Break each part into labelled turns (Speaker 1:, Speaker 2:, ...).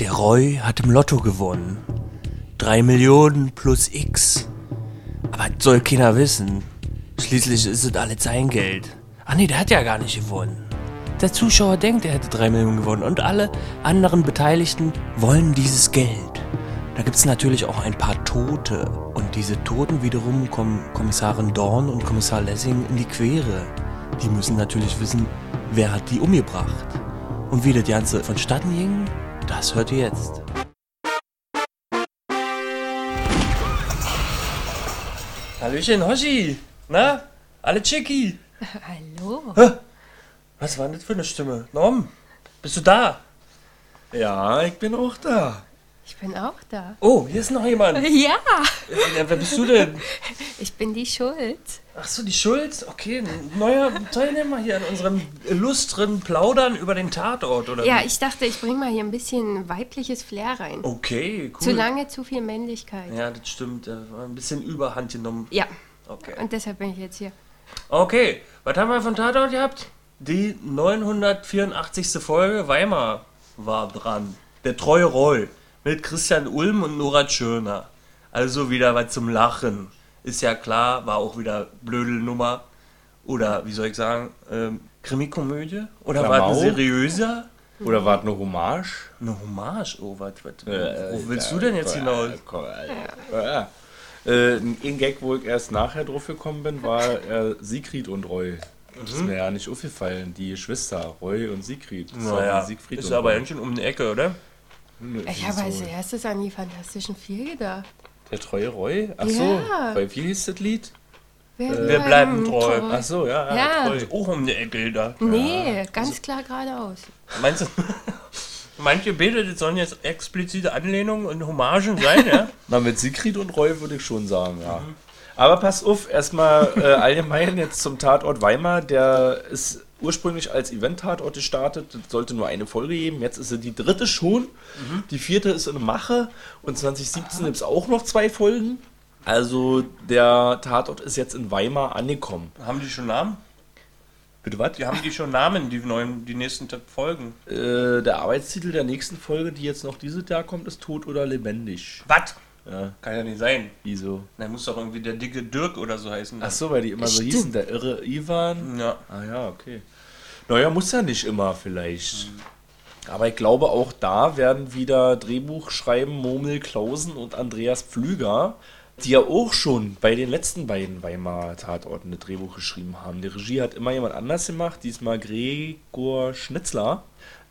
Speaker 1: Der Roy hat im Lotto gewonnen. Drei Millionen plus X. Aber das soll keiner wissen. Schließlich ist es alles sein Geld. Ach nee, der hat ja gar nicht gewonnen. Der Zuschauer denkt, er hätte drei Millionen gewonnen. Und alle anderen Beteiligten wollen dieses Geld. Da gibt es natürlich auch ein paar Tote. Und diese Toten wiederum kommen Kommissarin Dorn und Kommissar Lessing in die Quere. Die müssen natürlich wissen, wer hat die umgebracht. Und wie das Ganze vonstatten ging, das hört ihr jetzt. Hallöchen, Hoshi. Na? Alle Chicky.
Speaker 2: Hallo?
Speaker 1: Was war denn das für eine Stimme? Norm, bist du da?
Speaker 3: Ja, ich bin auch da.
Speaker 2: Ich bin auch da.
Speaker 1: Oh, hier ist noch jemand.
Speaker 2: Ja,
Speaker 1: Ja, Wer bist du denn?
Speaker 2: ich bin die Schuld.
Speaker 1: Ach so, die Schulz? Okay, ein neuer Teilnehmer hier an unserem illustren Plaudern über den Tatort, oder?
Speaker 2: Ja,
Speaker 1: wie?
Speaker 2: ich dachte, ich bringe mal hier ein bisschen weibliches Flair rein.
Speaker 1: Okay, Oh, cool.
Speaker 2: Zu lange zu viel Männlichkeit.
Speaker 1: Ja, das stimmt. Da war ein bisschen Überhand genommen.
Speaker 2: Ja.
Speaker 1: Okay.
Speaker 2: Und deshalb bin ich jetzt hier.
Speaker 1: Okay, was haben wir von Tatort gehabt? Die 984. Folge Weimar war dran. Der treue Roll mit Christian Ulm und Nora Schöner. Also wieder was zum Lachen. Ist ja klar, war auch wieder Blödelnummer. Oder wie soll ich sagen, ähm, Krimikomödie? Oder war es
Speaker 3: Klamauk?
Speaker 1: eine seriöser?
Speaker 3: Oder war es eine Hommage?
Speaker 1: Eine Hommage, oh, was, was,
Speaker 3: Äh,
Speaker 1: wo willst du denn jetzt hinaus?
Speaker 3: Ja. Äh, ein Gag, wo ich erst nachher drauf gekommen bin, war äh, Siegfried und Roy. Das
Speaker 1: Mhm.
Speaker 3: ist mir ja nicht aufgefallen. Die Schwester, Roy und Siegfried. Das war
Speaker 1: Naja,
Speaker 3: die Siegfried
Speaker 1: ist
Speaker 3: und
Speaker 1: aber
Speaker 3: Roy.
Speaker 1: ganz schön um die Ecke, oder?
Speaker 3: Nö,
Speaker 2: Ich habe als
Speaker 3: so.
Speaker 2: erstes an die Fantastischen Vier gedacht.
Speaker 3: Der treue Roy? Achso,
Speaker 2: Ja.
Speaker 3: bei wie hieß das Lied?
Speaker 1: wir bleiben treu.
Speaker 3: Achso, ja.
Speaker 2: Ja.
Speaker 3: Treu.
Speaker 1: Ist auch um die Ecke da.
Speaker 2: Nee, ganz klar geradeaus.
Speaker 1: Meinst du, manche Bilder das sollen jetzt explizite Anlehnungen und Hommagen sein, ja?
Speaker 3: Na, mit Siegfried und Roy würde ich schon sagen, ja. Aber pass auf, erstmal äh, allgemein jetzt zum Tatort Weimar. Der ist ursprünglich als Event-Tatort gestartet. Es sollte nur eine Folge geben. Jetzt ist sie die dritte schon. Die vierte ist in Mache. Und 2017 gibt es auch noch zwei Folgen. Also der Tatort ist jetzt in Weimar angekommen.
Speaker 1: haben die schon Namen?
Speaker 3: Bitte was?
Speaker 1: Die haben die schon Namen, die neuen, die nächsten Ta- Folgen.
Speaker 3: Äh, der Arbeitstitel der nächsten Folge, die jetzt noch dieses Jahr kommt, ist Tot oder Lebendig.
Speaker 1: Was?
Speaker 3: Ja,
Speaker 1: Kann ja nicht sein.
Speaker 3: wieso?
Speaker 1: Da muss doch irgendwie der dicke Dirk oder so heißen.
Speaker 3: Achso, weil die immer so
Speaker 2: Stimmt.
Speaker 3: hießen. Der irre Ivan.
Speaker 1: Ja.
Speaker 3: Ah ja, okay. Naja, muss ja nicht immer vielleicht. Aber ich glaube, auch da werden wieder Drehbuchschreiben Momel Klausen und Andreas Pflüger, die ja auch schon bei den letzten beiden Weimarer Tatorten ein Drehbuch geschrieben haben. Die Regie hat immer jemand anders gemacht, diesmal Gregor Schnitzler.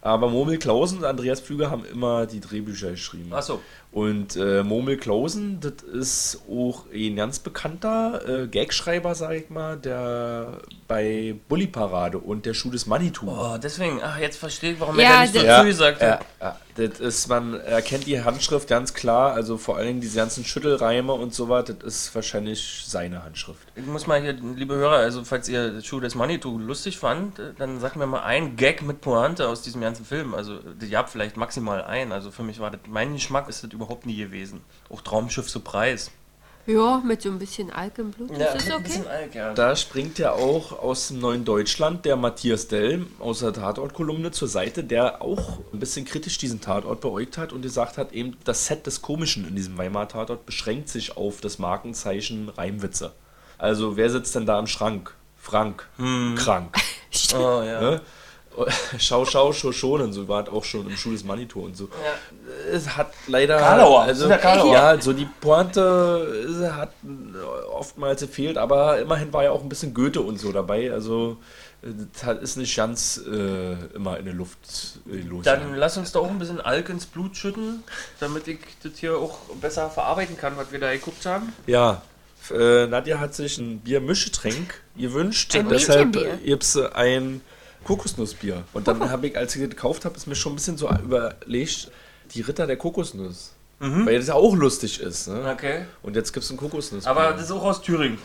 Speaker 3: Aber Momel Klausen und Andreas Pflüger haben immer die Drehbücher geschrieben.
Speaker 1: Ach so.
Speaker 3: Und äh, Momel Klausen, das ist auch ein ganz bekannter äh, Gagschreiber, sag ich mal, der bei Bully Parade und der Schuh des Manitou.
Speaker 1: Oh, deswegen, ach, jetzt verstehe ich, warum
Speaker 2: Ja,
Speaker 1: er da nicht
Speaker 2: der-
Speaker 1: dazu gesagt
Speaker 3: ja,
Speaker 1: hat.
Speaker 3: ja, das ist, man erkennt die Handschrift ganz klar, also vor allen Dingen diese ganzen Schüttelreime und so was, das ist wahrscheinlich seine Handschrift.
Speaker 1: Ich muss mal hier, liebe Hörer, also falls ihr Schuh des Manitou lustig fand, dann sagt mir mal einen Gag mit Pointe aus diesem ganzen Film. Also ihr habt vielleicht maximal einen. Also für mich war das, mein Geschmack ist das überhaupt nie gewesen. Auch Traumschiff Surprise.
Speaker 2: Ja, mit so ein bisschen Alk im Blut. das ist
Speaker 1: mit ein
Speaker 2: okay.
Speaker 1: bisschen Alk, ja.
Speaker 3: Da springt ja auch aus dem neuen Deutschland der Matthias Dell aus der Tatort-Kolumne zur Seite, der auch ein bisschen kritisch diesen Tatort beäugt hat und gesagt hat, eben das Set des Komischen in diesem Weimarer Tatort beschränkt sich auf das Markenzeichen Reimwitze. Also wer sitzt denn da im Schrank? Frank. Krank.
Speaker 1: Oh, ja.
Speaker 3: Ne? Schau, schau, schau, schonen, so war es auch schon im Schuh des Manitou und so. Es hat leider.
Speaker 1: Karlauer,
Speaker 3: also,
Speaker 1: sind ja Karlauer.
Speaker 3: Ja, so die Pointe äh, hat oftmals gefehlt, aber immerhin war ja auch ein bisschen Goethe und so dabei. Also, äh, das hat- ist nicht ganz äh, immer in der Luft äh, los.
Speaker 1: Dann lass uns doch auch ein bisschen Alk ins Blut schütten, damit ich das hier auch besser verarbeiten kann, was wir da geguckt haben.
Speaker 3: Ja. Äh, Nadja hat sich ein Biermischgetränk gewünscht.
Speaker 2: Ein
Speaker 3: deshalb
Speaker 2: Mädchenbier.
Speaker 3: gibt es ein Kokosnussbier. Und dann habe ich, als ich das gekauft habe, ist mir schon ein bisschen so überlegt, die Ritter der Kokosnuss.
Speaker 1: Mhm.
Speaker 3: Weil das ja auch lustig ist. Ne?
Speaker 1: Okay.
Speaker 3: Und jetzt gibt es ein Kokosnussbier.
Speaker 1: Aber das ist auch aus Thüringen.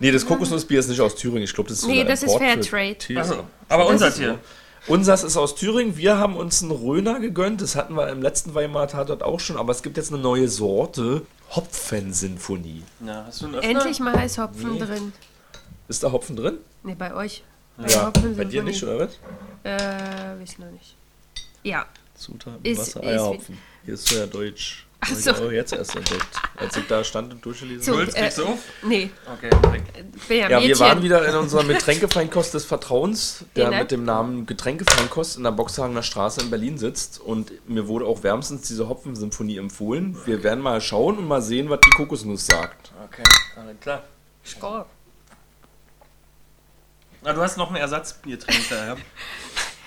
Speaker 3: nee, das Kokosnussbier ist nicht aus Thüringen. Ich glaube, das ist
Speaker 2: Nee,
Speaker 3: sogar
Speaker 2: das ist
Speaker 3: Import für
Speaker 2: Fairtrade.
Speaker 3: Thüringen.
Speaker 1: Achso, aber unser
Speaker 3: ist
Speaker 1: Tier.
Speaker 3: Unsers ist aus Thüringen. Wir haben uns einen Röner gegönnt. Das hatten wir im letzten Weimarer Tatort auch schon. Aber es gibt jetzt eine neue Sorte. Hopfensinfonie.
Speaker 1: Ja, hast du einen Öffner?
Speaker 2: Endlich mal ist Hopfen drin.
Speaker 3: Ist da Hopfen drin?
Speaker 2: Nee, bei euch. Bei
Speaker 3: Ja,
Speaker 2: Hopfen
Speaker 3: bei dir
Speaker 2: Symphonie.
Speaker 3: nicht, oder was?
Speaker 2: Äh, wissen noch nicht. Ja,
Speaker 3: Zutaten,
Speaker 2: Ist-
Speaker 3: Wasser,
Speaker 2: ist
Speaker 3: Eierhopfen. Hier ist ja Deutsch.
Speaker 2: Ach
Speaker 3: Hab ich
Speaker 2: so.
Speaker 3: auch jetzt erst entdeckt. Als ich da stand und durchgelesen
Speaker 2: So,
Speaker 3: habe.
Speaker 1: Schulz, kriegst du auf?
Speaker 2: Nee,
Speaker 1: Okay, weg.
Speaker 2: bin ja,
Speaker 3: Ja, wir
Speaker 2: Mädchen.
Speaker 3: waren wieder in unserer Getränkefeinkost des Vertrauens, der
Speaker 2: Vielen Dank.
Speaker 3: mit dem Namen Getränkefeinkost in der Boxhagener Straße in Berlin sitzt. Und mir wurde auch wärmstens diese Hopfensymphonie empfohlen. Wir werden mal schauen und mal sehen, was die Kokosnuss sagt.
Speaker 1: Okay, alles klar.
Speaker 2: Score.
Speaker 1: Na, du hast noch ein Ersatzbiertränk da, ja.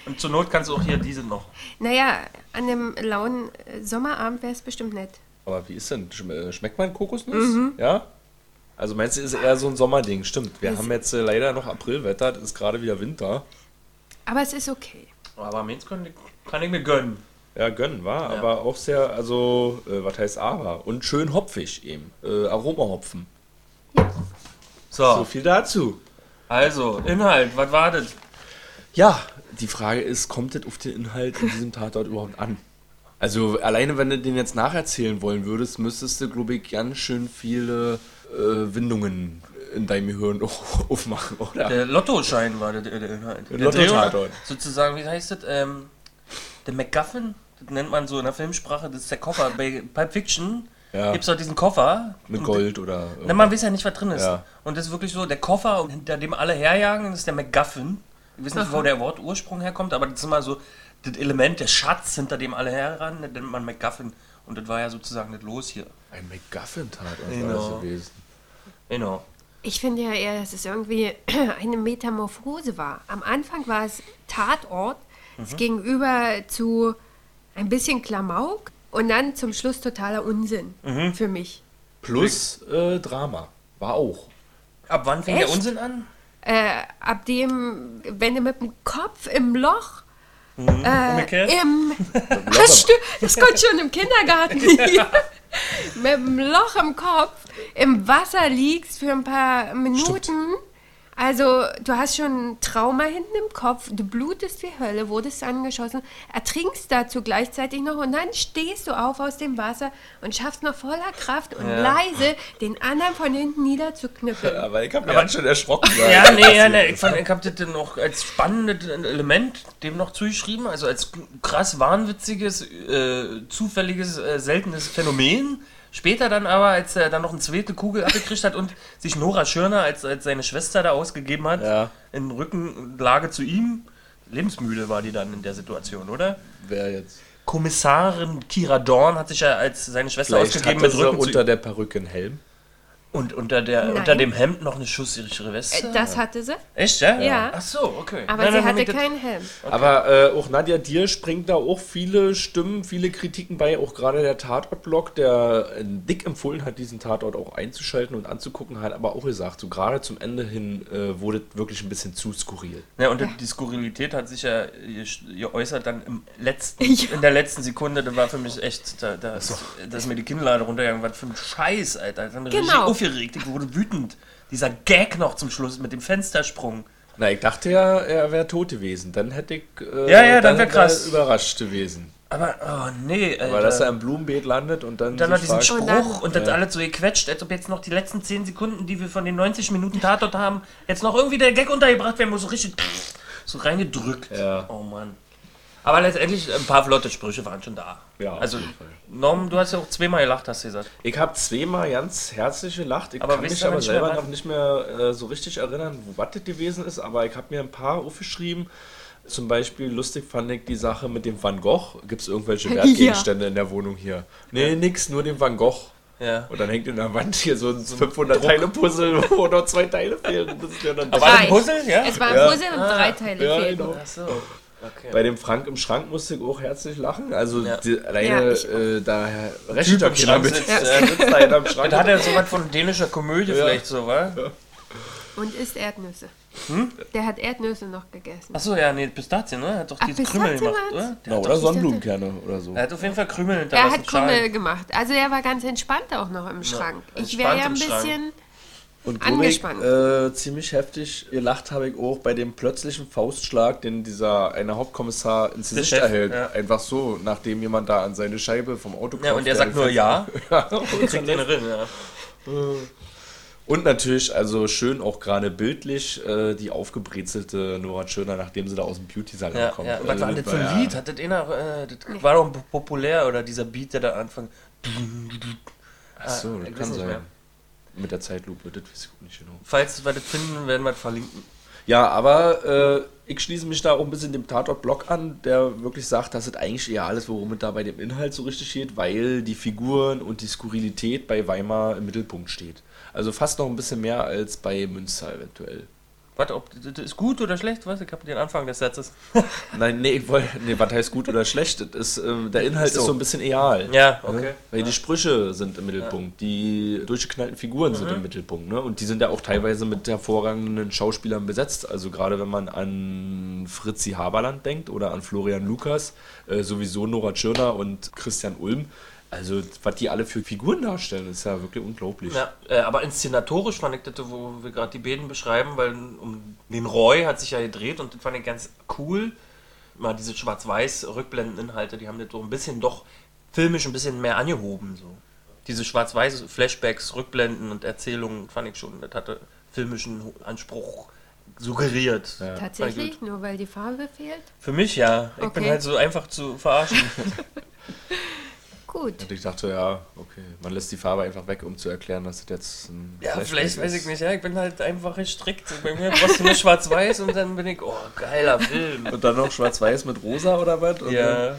Speaker 1: Und zur Not kannst du auch hier diese noch.
Speaker 2: Naja, an einem lauen äh, Sommerabend wäre es bestimmt nett.
Speaker 3: Aber wie ist denn? Schm- äh, Schmeckt man Kokosnuss?
Speaker 2: Mhm.
Speaker 3: Ja? Also meinst du, ist eher so ein Sommerding? Stimmt. Wir haben jetzt äh, leider noch Aprilwetter, das ist gerade wieder Winter.
Speaker 2: Aber es ist okay.
Speaker 1: Aber meins kann, kann ich mir gönnen.
Speaker 3: Ja, gönnen war,
Speaker 1: Ja.
Speaker 3: aber auch sehr, also, äh, was heißt aber? Und schön hopfig eben. Äh, Aromahopfen. So
Speaker 1: So,
Speaker 3: viel dazu.
Speaker 1: also, Inhalt, was war das?
Speaker 3: Ja, die Frage ist, kommt das auf den Inhalt in diesem Tatort überhaupt an? Also alleine, wenn du den jetzt nacherzählen wollen würdest, müsstest du, glaube ich, ganz schön viele äh, Windungen in deinem Gehirn auf- aufmachen, oder?
Speaker 1: Der Lottoschein war der, der der Inhalt. Der
Speaker 3: Lottoschein.
Speaker 1: Dreh- Sozusagen, wie heißt das? Ähm, der MacGuffin? Das nennt man so in der Filmsprache, das ist der Koffer. Bei Pulp Fiction
Speaker 3: Ja.
Speaker 1: gibt's doch diesen Koffer.
Speaker 3: Mit
Speaker 1: Und-
Speaker 3: Gold oder...
Speaker 1: Na, man weiß ja nicht, was drin ist.
Speaker 3: Ja.
Speaker 1: Und das ist wirklich so, der Koffer, und hinter dem alle herjagen, das ist der MacGuffin. Ich weiß nicht, wo der Wortursprung herkommt, aber das ist immer so das Element, der Schatz, hinter dem alle herrennen, den nennt man MacGuffin. Und das war ja sozusagen das Los hier.
Speaker 3: Ein MacGuffin-Tatort war das
Speaker 1: Genau.
Speaker 3: gewesen.
Speaker 1: Genau.
Speaker 2: Ich finde ja eher, dass es irgendwie eine Metamorphose war. Am Anfang war es Tatort, es
Speaker 3: Mhm.
Speaker 2: ging über zu ein bisschen Klamauk und dann zum Schluss totaler Unsinn
Speaker 3: Mhm.
Speaker 2: für mich.
Speaker 3: Plus äh, Drama. War auch.
Speaker 1: Ab wann fängt der
Speaker 2: Echt?
Speaker 1: Unsinn an?
Speaker 2: Äh, ab dem, wenn du mit dem Kopf im Loch
Speaker 1: Umgekehrt?
Speaker 2: äh, im das, stö- das kommt schon im Kindergarten hier. mit dem Loch im Kopf im Wasser liegst für ein paar Minuten. Also du hast schon ein Trauma hinten im Kopf, du blutest wie Hölle, wurdest angeschossen, ertrinkst dazu gleichzeitig noch und dann stehst du auf aus dem Wasser und schaffst noch voller Kraft und leise den anderen von hinten niederzuknüppeln.
Speaker 3: Aber ich habe mich ganz schön erschrocken. weil-
Speaker 1: Ja, nee, ja,
Speaker 3: ne,
Speaker 1: nee. Ich, fand, ich hab das dann noch als spannendes Element dem noch zugeschrieben, also als krass wahnwitziges, äh, zufälliges, äh, seltenes Phänomen. Später dann aber, als er dann noch eine zweite Kugel abgekriegt hat und sich Nora Schirner als, als seine Schwester da ausgegeben hat,
Speaker 3: Ja.
Speaker 1: in Rückenlage zu ihm, lebensmüde war die dann in der Situation, oder?
Speaker 3: Wer jetzt?
Speaker 1: Kommissarin Kira Dorn hat sich ja als seine Schwester
Speaker 3: Vielleicht
Speaker 1: ausgegeben
Speaker 3: hatte
Speaker 1: mit
Speaker 3: sie
Speaker 1: Rücken zu
Speaker 3: unter
Speaker 1: ihm.
Speaker 3: der Perücke einen Helm.
Speaker 1: Und unter, der,
Speaker 2: Nein.
Speaker 1: unter dem Hemd noch eine schusssichere Weste.
Speaker 2: Äh, Das hatte sie,
Speaker 1: Echt, ja?
Speaker 2: Ja.
Speaker 1: Ach so, okay.
Speaker 2: aber
Speaker 1: Nein,
Speaker 2: sie
Speaker 1: dann hab
Speaker 2: hatte
Speaker 1: ich das-
Speaker 2: keinen Helm.
Speaker 3: Aber äh, auch Nadja Dir springt da auch viele Stimmen, viele Kritiken bei, auch gerade der Tatort-Blog, der äh, dick empfohlen hat, diesen Tatort auch einzuschalten und anzugucken, hat aber auch gesagt, so gerade zum Ende hin äh, wurde es wirklich ein bisschen zu skurril.
Speaker 1: Ja, und die Skurrilität hat sich ja gesch- geäußert dann im letzten,
Speaker 2: Ja.
Speaker 1: in der letzten Sekunde. Da war für mich echt, da, da, dass mir die Kinnlade runtergegangen war. Was für ein Scheiß, Alter. Ich bin richtig
Speaker 2: Genau.
Speaker 1: aufgeregt. Ich wurde wütend. Dieser Gag noch zum Schluss mit dem Fenstersprung.
Speaker 3: Na, ich dachte ja, er wäre tot gewesen. Dann hätte ich. äh,
Speaker 1: Ja, ja, dann wär
Speaker 3: hätte
Speaker 1: krass.
Speaker 3: er überrascht gewesen.
Speaker 1: Aber, oh nee, Alter.
Speaker 3: Aber dass er im Blumenbeet landet und dann.
Speaker 1: Und dann noch
Speaker 3: sich
Speaker 1: diesen
Speaker 3: fragt-
Speaker 1: Spruch
Speaker 2: Und
Speaker 1: und,
Speaker 2: dann-
Speaker 1: das alles so gequetscht, als ob jetzt noch die letzten 10 Sekunden, die wir von den 90 Minuten Tatort haben, jetzt noch irgendwie der Gag untergebracht werden muss. So richtig so reingedrückt.
Speaker 3: Ja.
Speaker 1: Oh Mann. Aber letztendlich, ein paar flotte Sprüche waren schon da.
Speaker 3: Ja, auf
Speaker 1: also,
Speaker 3: jeden Fall.
Speaker 1: Norm, du hast ja auch zweimal gelacht, hast du gesagt.
Speaker 3: Ich habe zweimal ganz herzlich gelacht. Ich
Speaker 1: Aber
Speaker 3: kann
Speaker 1: wisst
Speaker 3: mich
Speaker 1: ihr
Speaker 3: aber
Speaker 1: nicht
Speaker 3: selber
Speaker 1: mehr,
Speaker 3: noch
Speaker 1: wann-
Speaker 3: nicht mehr äh, so richtig erinnern, wo was das gewesen ist, aber ich habe mir ein paar aufgeschrieben. Zum Beispiel lustig fand ich die Sache mit dem Van Gogh. Gibt es irgendwelche Wertgegenstände in der Wohnung hier? Nee, nix, nur den Van Gogh.
Speaker 1: Ja.
Speaker 3: Und dann hängt in der Wand hier so ein 500-Teile-Puzzle, wo noch zwei Teile fehlen. Das ist ja dann
Speaker 1: War das ein
Speaker 2: Drei.
Speaker 1: Puzzle? Ja. Ah,
Speaker 2: Es war ein
Speaker 3: Ja.
Speaker 2: Puzzle und drei Teile
Speaker 3: ja,
Speaker 2: fehlten.
Speaker 3: genau.
Speaker 1: Achso. Okay.
Speaker 3: Bei dem Frank im Schrank musste ich auch herzlich lachen. Also
Speaker 1: Ja.
Speaker 3: die,
Speaker 2: Ja,
Speaker 3: alleine
Speaker 2: ich auch.
Speaker 3: äh, da rechnet doch
Speaker 1: im
Speaker 3: keiner
Speaker 1: Schrank
Speaker 3: mit.
Speaker 1: sitzt,
Speaker 3: Ja.
Speaker 1: ja.
Speaker 3: Sitzt da einer im Schrank.
Speaker 1: Da hat er so was von dänischer Komödie vielleicht so, wa? genau.
Speaker 2: Und isst Erdnüsse. Der hat Erdnüsse noch gegessen.
Speaker 1: Achso, Hm? ja, nee, Pistazien, ne? Er hat doch
Speaker 2: Ach,
Speaker 1: diese Krümel
Speaker 2: Pistazien
Speaker 1: gemacht,
Speaker 2: war's?
Speaker 1: oder? Der
Speaker 3: Na,
Speaker 1: hat
Speaker 3: Genau, oder
Speaker 1: doch-
Speaker 3: Sonnenblumenkerne oder so.
Speaker 1: Er hat auf jeden Fall Krümel
Speaker 2: Er
Speaker 1: hinterlassen.
Speaker 2: hat Krümel gemacht. Also er war ganz entspannt auch noch im Schrank. ich wäre
Speaker 1: entspannt
Speaker 2: ja ein
Speaker 1: im Schrank.
Speaker 2: bisschen.
Speaker 3: Und
Speaker 2: Angespannt.
Speaker 3: Äh, ziemlich heftig gelacht habe ich auch bei dem plötzlichen Faustschlag, den dieser eine Hauptkommissar ins Gesicht
Speaker 1: Chef,
Speaker 3: erhält.
Speaker 1: ja.
Speaker 3: Einfach so, nachdem jemand da an seine Scheibe vom Auto kommt.
Speaker 1: Ja, und er sagt nur ja,
Speaker 3: ja. und
Speaker 1: kriegt den Rin, ja.
Speaker 3: Und natürlich, also schön auch gerade bildlich, äh, die aufgebrezelte Nora Schöner, nachdem sie da aus dem Beauty-Salon
Speaker 1: Ja,
Speaker 3: kommt.
Speaker 1: ja. Was
Speaker 3: Also
Speaker 1: war das für
Speaker 3: war
Speaker 1: ein
Speaker 3: ja-
Speaker 1: Lied? Hat das einer, äh, das war doch populär oder dieser Beat, der da anfängt.
Speaker 3: Ach so,
Speaker 1: Ah,
Speaker 3: das
Speaker 1: ich
Speaker 3: kann
Speaker 1: weiß nicht
Speaker 3: sein.
Speaker 1: mehr.
Speaker 3: Mit der Zeitlupe, das weiß ich auch nicht genau.
Speaker 1: Falls wir das finden, werden wir das verlinken.
Speaker 3: Ja, aber äh, ich schließe mich da auch ein bisschen dem Tatort-Blog an, der wirklich sagt, dass es eigentlich eher alles, worum es da bei dem Inhalt so richtig geht, weil die Figuren und die Skurrilität bei Weimar im Mittelpunkt steht. Also fast noch ein bisschen mehr als bei Münster eventuell.
Speaker 1: Warte, ob das ist gut oder schlecht, was? Ich habe den Anfang des Satzes.
Speaker 3: Nein, nee, ich wollte, nee, was heißt gut oder schlecht? Das ist, ähm, der Inhalt ist so ein bisschen egal.
Speaker 1: Ja,
Speaker 3: Ne?
Speaker 1: okay.
Speaker 3: Weil die Sprüche sind im Mittelpunkt, die durchgeknallten Figuren sind
Speaker 1: Mhm.
Speaker 3: im Mittelpunkt. Ne? Und die sind ja auch teilweise mit hervorragenden Schauspielern besetzt. Also gerade wenn man an Fritzi Haberland denkt oder an Florian Lukas, äh, sowieso Nora Tschirner und Christian Ulm. Also was die alle für Figuren darstellen, ist ja wirklich unglaublich.
Speaker 1: Ja, äh, aber inszenatorisch fand ich das, wo wir gerade die Bäden beschreiben, weil um den Roy hat sich ja gedreht und das fand ich ganz cool. Mal diese schwarz-weiß Rückblendeninhalte, die haben das so ein bisschen doch filmisch ein bisschen mehr angehoben. So. Diese schwarz-weiß Flashbacks, Rückblenden und Erzählungen fand ich schon, das hatte filmischen Ho- Anspruch suggeriert.
Speaker 2: Tatsächlich, nur weil die Farbe fehlt.
Speaker 1: Für mich ja. Ich bin
Speaker 2: Okay.
Speaker 1: halt so einfach zu verarschen.
Speaker 2: Gut.
Speaker 3: Und ich dachte, ja, okay, man lässt die Farbe einfach weg, um zu erklären, dass das jetzt ein
Speaker 1: Ja,
Speaker 3: Flashback
Speaker 1: vielleicht weiß ich
Speaker 3: ist.
Speaker 1: nicht, ja. Ich bin halt einfach gestrickt. Bei mir brauchst du nur schwarz-weiß und dann bin ich, oh, geiler Film.
Speaker 3: Und dann noch schwarz-weiß mit rosa oder was? Und dann-
Speaker 1: Ja.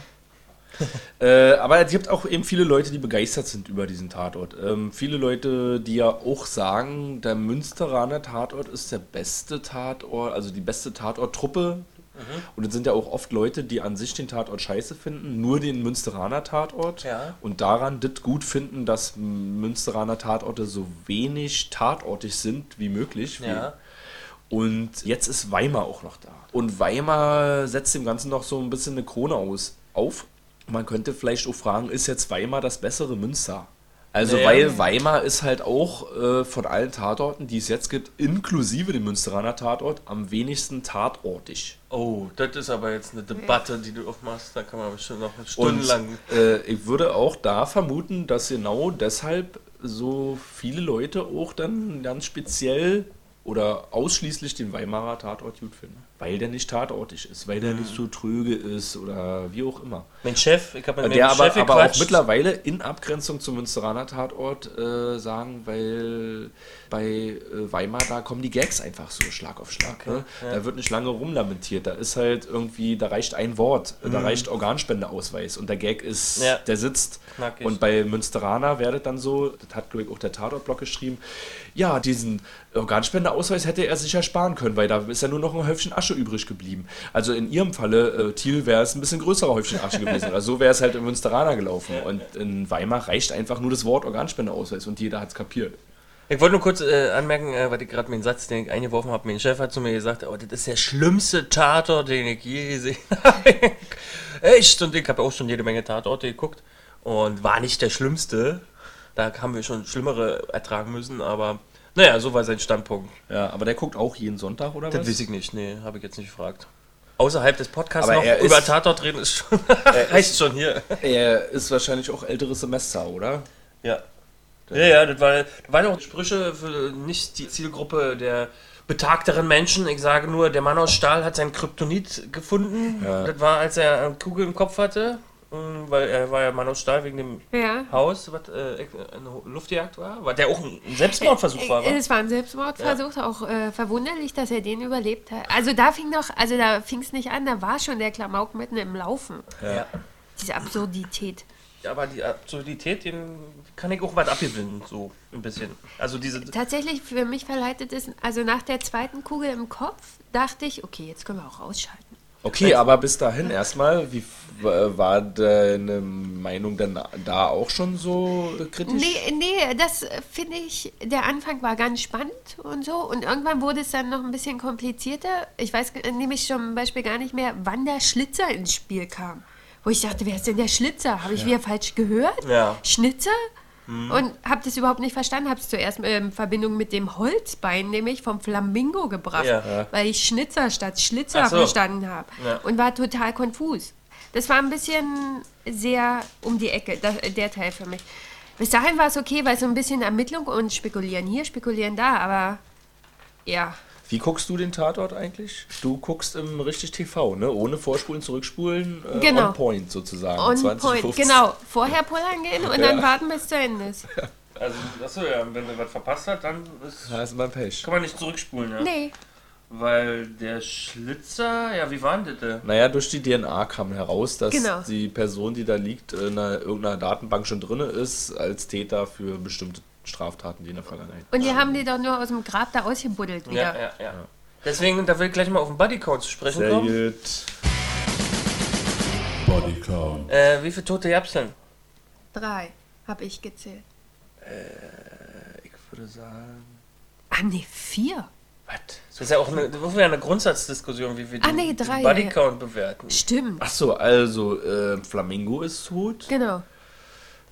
Speaker 3: Äh, aber es gibt auch eben viele Leute, die begeistert sind über diesen Tatort. Ähm, viele Leute, die ja auch sagen, der Münsteraner Tatort ist der beste Tatort, also die beste Tatorttruppe.
Speaker 1: Mhm.
Speaker 3: Und es sind ja auch oft Leute, die an sich den Tatort scheiße finden, nur den Münsteraner Tatort
Speaker 1: Ja.
Speaker 3: und daran das gut finden, dass Münsteraner Tatorte so wenig tatortig sind wie möglich. Wie
Speaker 1: Ja.
Speaker 3: und jetzt ist Weimar auch noch da. Und Weimar setzt dem Ganzen noch so ein bisschen eine Krone aus, auf. Man könnte vielleicht auch fragen, ist jetzt Weimar das bessere Münster? Also
Speaker 1: Naja.
Speaker 3: weil Weimar ist halt auch äh, von allen Tatorten, die es jetzt gibt, inklusive dem Münsteraner Tatort, am wenigsten tatortig.
Speaker 1: Oh, das ist aber jetzt eine Debatte, die du aufmachst. Da kann man bestimmt noch stundenlang.
Speaker 3: Und, äh, ich würde auch da vermuten, dass genau deshalb so viele Leute auch dann ganz speziell oder ausschließlich den Weimarer Tatort gut finden. Weil der nicht tatortig ist, weil der nicht so tröge ist oder wie auch immer.
Speaker 1: Mein Chef, ich habe mit
Speaker 3: Äh, der
Speaker 1: meinem
Speaker 3: aber,
Speaker 1: Chef
Speaker 3: aber auch
Speaker 1: gequatscht.
Speaker 3: mittlerweile in Abgrenzung zum Münsteraner Tatort äh, sagen, weil bei äh, Weimar, da kommen die Gags einfach so Schlag auf Schlag. ne? Da wird nicht lange rumlamentiert. Da ist halt irgendwie, da reicht ein Wort, da reicht Organspendeausweis und der Gag ist,
Speaker 1: Mhm. Ja.
Speaker 3: der sitzt.
Speaker 1: Knackig.
Speaker 3: Und bei Münsteraner wäre das dann so, das hat glaube ich auch der Tatortblock geschrieben, ja, diesen Organspendeausweis hätte er sich ersparen können, weil da ist ja nur noch ein Häufchen Asche übrig geblieben. Also in ihrem Falle, äh, Thiel, wäre es ein bisschen größerer Häufchen Asche gewesen. Oder so wäre es halt in Münsteraner gelaufen. Und in Weimar reicht einfach nur das Wort Organspendeausweis und jeder hat es kapiert.
Speaker 1: Ich wollte nur kurz äh, anmerken, äh, weil ich gerade meinen Satz, den ich eingeworfen habe, mein Chef hat zu mir gesagt, oh, das ist der schlimmste Tatort, den ich je gesehen habe. Echt? Und ich habe auch schon jede Menge Tatorte geguckt und war nicht der schlimmste. Da haben wir schon schlimmere ertragen müssen, aber naja, so war sein Standpunkt.
Speaker 3: Ja, aber der guckt auch jeden Sonntag, oder
Speaker 1: Das weiß ich nicht, nee, habe ich jetzt nicht gefragt. Außerhalb des Podcasts
Speaker 3: Aber
Speaker 1: noch
Speaker 3: er ist-
Speaker 1: über Tatort reden ist schon, reicht schon hier.
Speaker 3: Er ist wahrscheinlich auch älteres Semester, oder?
Speaker 1: Ja. Ja, ja, das, war, das waren auch Sprüche für nicht die Zielgruppe der betagteren Menschen. Ich sage nur, der Mann aus Stahl hat sein Kryptonit gefunden.
Speaker 3: Ja.
Speaker 1: Das war, als er eine Kugel im Kopf hatte, ähm, weil er war ja Mann aus Stahl wegen dem
Speaker 2: Ja.
Speaker 1: Haus, was äh, eine Luftjagd war, was der auch ein Selbstmordversuch war. wa?
Speaker 2: Äh, Es war ein Selbstmordversuch, auch äh, verwunderlich, dass er den überlebt hat. Also da fing doch, also da fing es nicht an, da war schon der Klamauk mitten im Laufen.
Speaker 1: Ja.
Speaker 2: Diese Absurdität.
Speaker 1: Ja, aber die Absurdität, den kann ich auch was abgewinnen, so ein bisschen. Also diese.
Speaker 2: Tatsächlich für mich verleitet es, also nach der zweiten Kugel im Kopf dachte ich, okay, jetzt können wir auch ausschalten.
Speaker 3: Okay, aber bis dahin erstmal, wie f- w- war deine Meinung denn da auch schon so
Speaker 1: Hm.
Speaker 3: kritisch?
Speaker 2: Nee, nee, das äh, finde ich, der Anfang war ganz spannend und so. Und irgendwann wurde es dann noch ein bisschen komplizierter. Ich weiß g- nämlich zum Beispiel gar nicht mehr, wann der Schlitzer ins Spiel kam. Wo ich dachte, wer ist denn der Schlitzer? Habe ich wieder falsch gehört?
Speaker 1: Ja. Hm.
Speaker 2: Schnitzer? Und habe das überhaupt nicht verstanden. Habe es zuerst äh, in Verbindung mit dem Holzbein, nämlich vom Flamingo gebracht,
Speaker 1: Ja. Ja.
Speaker 2: weil ich Schnitzer statt Schlitzer
Speaker 1: Ach so.
Speaker 2: verstanden habe.
Speaker 1: Ja.
Speaker 2: Und war total konfus. Das war ein bisschen sehr um die Ecke, das, der Teil für mich. Bis dahin war es okay, weil so ein bisschen Ermittlung und Spekulieren hier, Spekulieren da, aber ja.
Speaker 3: Wie guckst du den Tatort eigentlich? Du guckst im richtig TV, ne? Ohne Vorspulen, Zurückspulen, äh,
Speaker 2: Genau.
Speaker 3: on point sozusagen.
Speaker 2: On
Speaker 3: 20,
Speaker 2: point,
Speaker 3: 15.
Speaker 2: genau. Vorher pullern gehen und dann warten, bis zu Ende ist.
Speaker 1: Also, achso, ja, wenn man was verpasst hat, dann ist,
Speaker 3: Da ist mein Pech.
Speaker 1: kann man nicht zurückspulen, ja.
Speaker 2: Nee.
Speaker 1: Weil der Schlitzer, ja, wie war denn das? denn?
Speaker 3: Naja, durch die DNA kam heraus, dass
Speaker 2: Genau.
Speaker 3: die Person, die da liegt, in einer, irgendeiner Datenbank schon drin ist, als Täter für bestimmte Straftaten, die in der Vergangenheit.
Speaker 2: Und die haben die doch nur aus dem Grab da ausgebuddelt wieder.
Speaker 1: Ja, ja, ja. Deswegen, da will ich gleich mal auf den Bodycount zu sprechen
Speaker 3: Sehr
Speaker 1: kommen.
Speaker 3: gut.
Speaker 4: Bodycount.
Speaker 1: Äh, wie viele Tote gab's denn?
Speaker 2: Drei habe ich gezählt.
Speaker 1: Ich würde sagen.
Speaker 2: Ah, nee, vier.
Speaker 1: Was? Das ist ja auch eine, das ist ja eine Grundsatzdiskussion, wie wir
Speaker 2: Ah,
Speaker 1: den,
Speaker 2: nee,
Speaker 1: den
Speaker 2: drei,
Speaker 1: Bodycount bewerten.
Speaker 2: Stimmt,
Speaker 3: Achso, also äh, Flamingo ist tot.
Speaker 2: genau.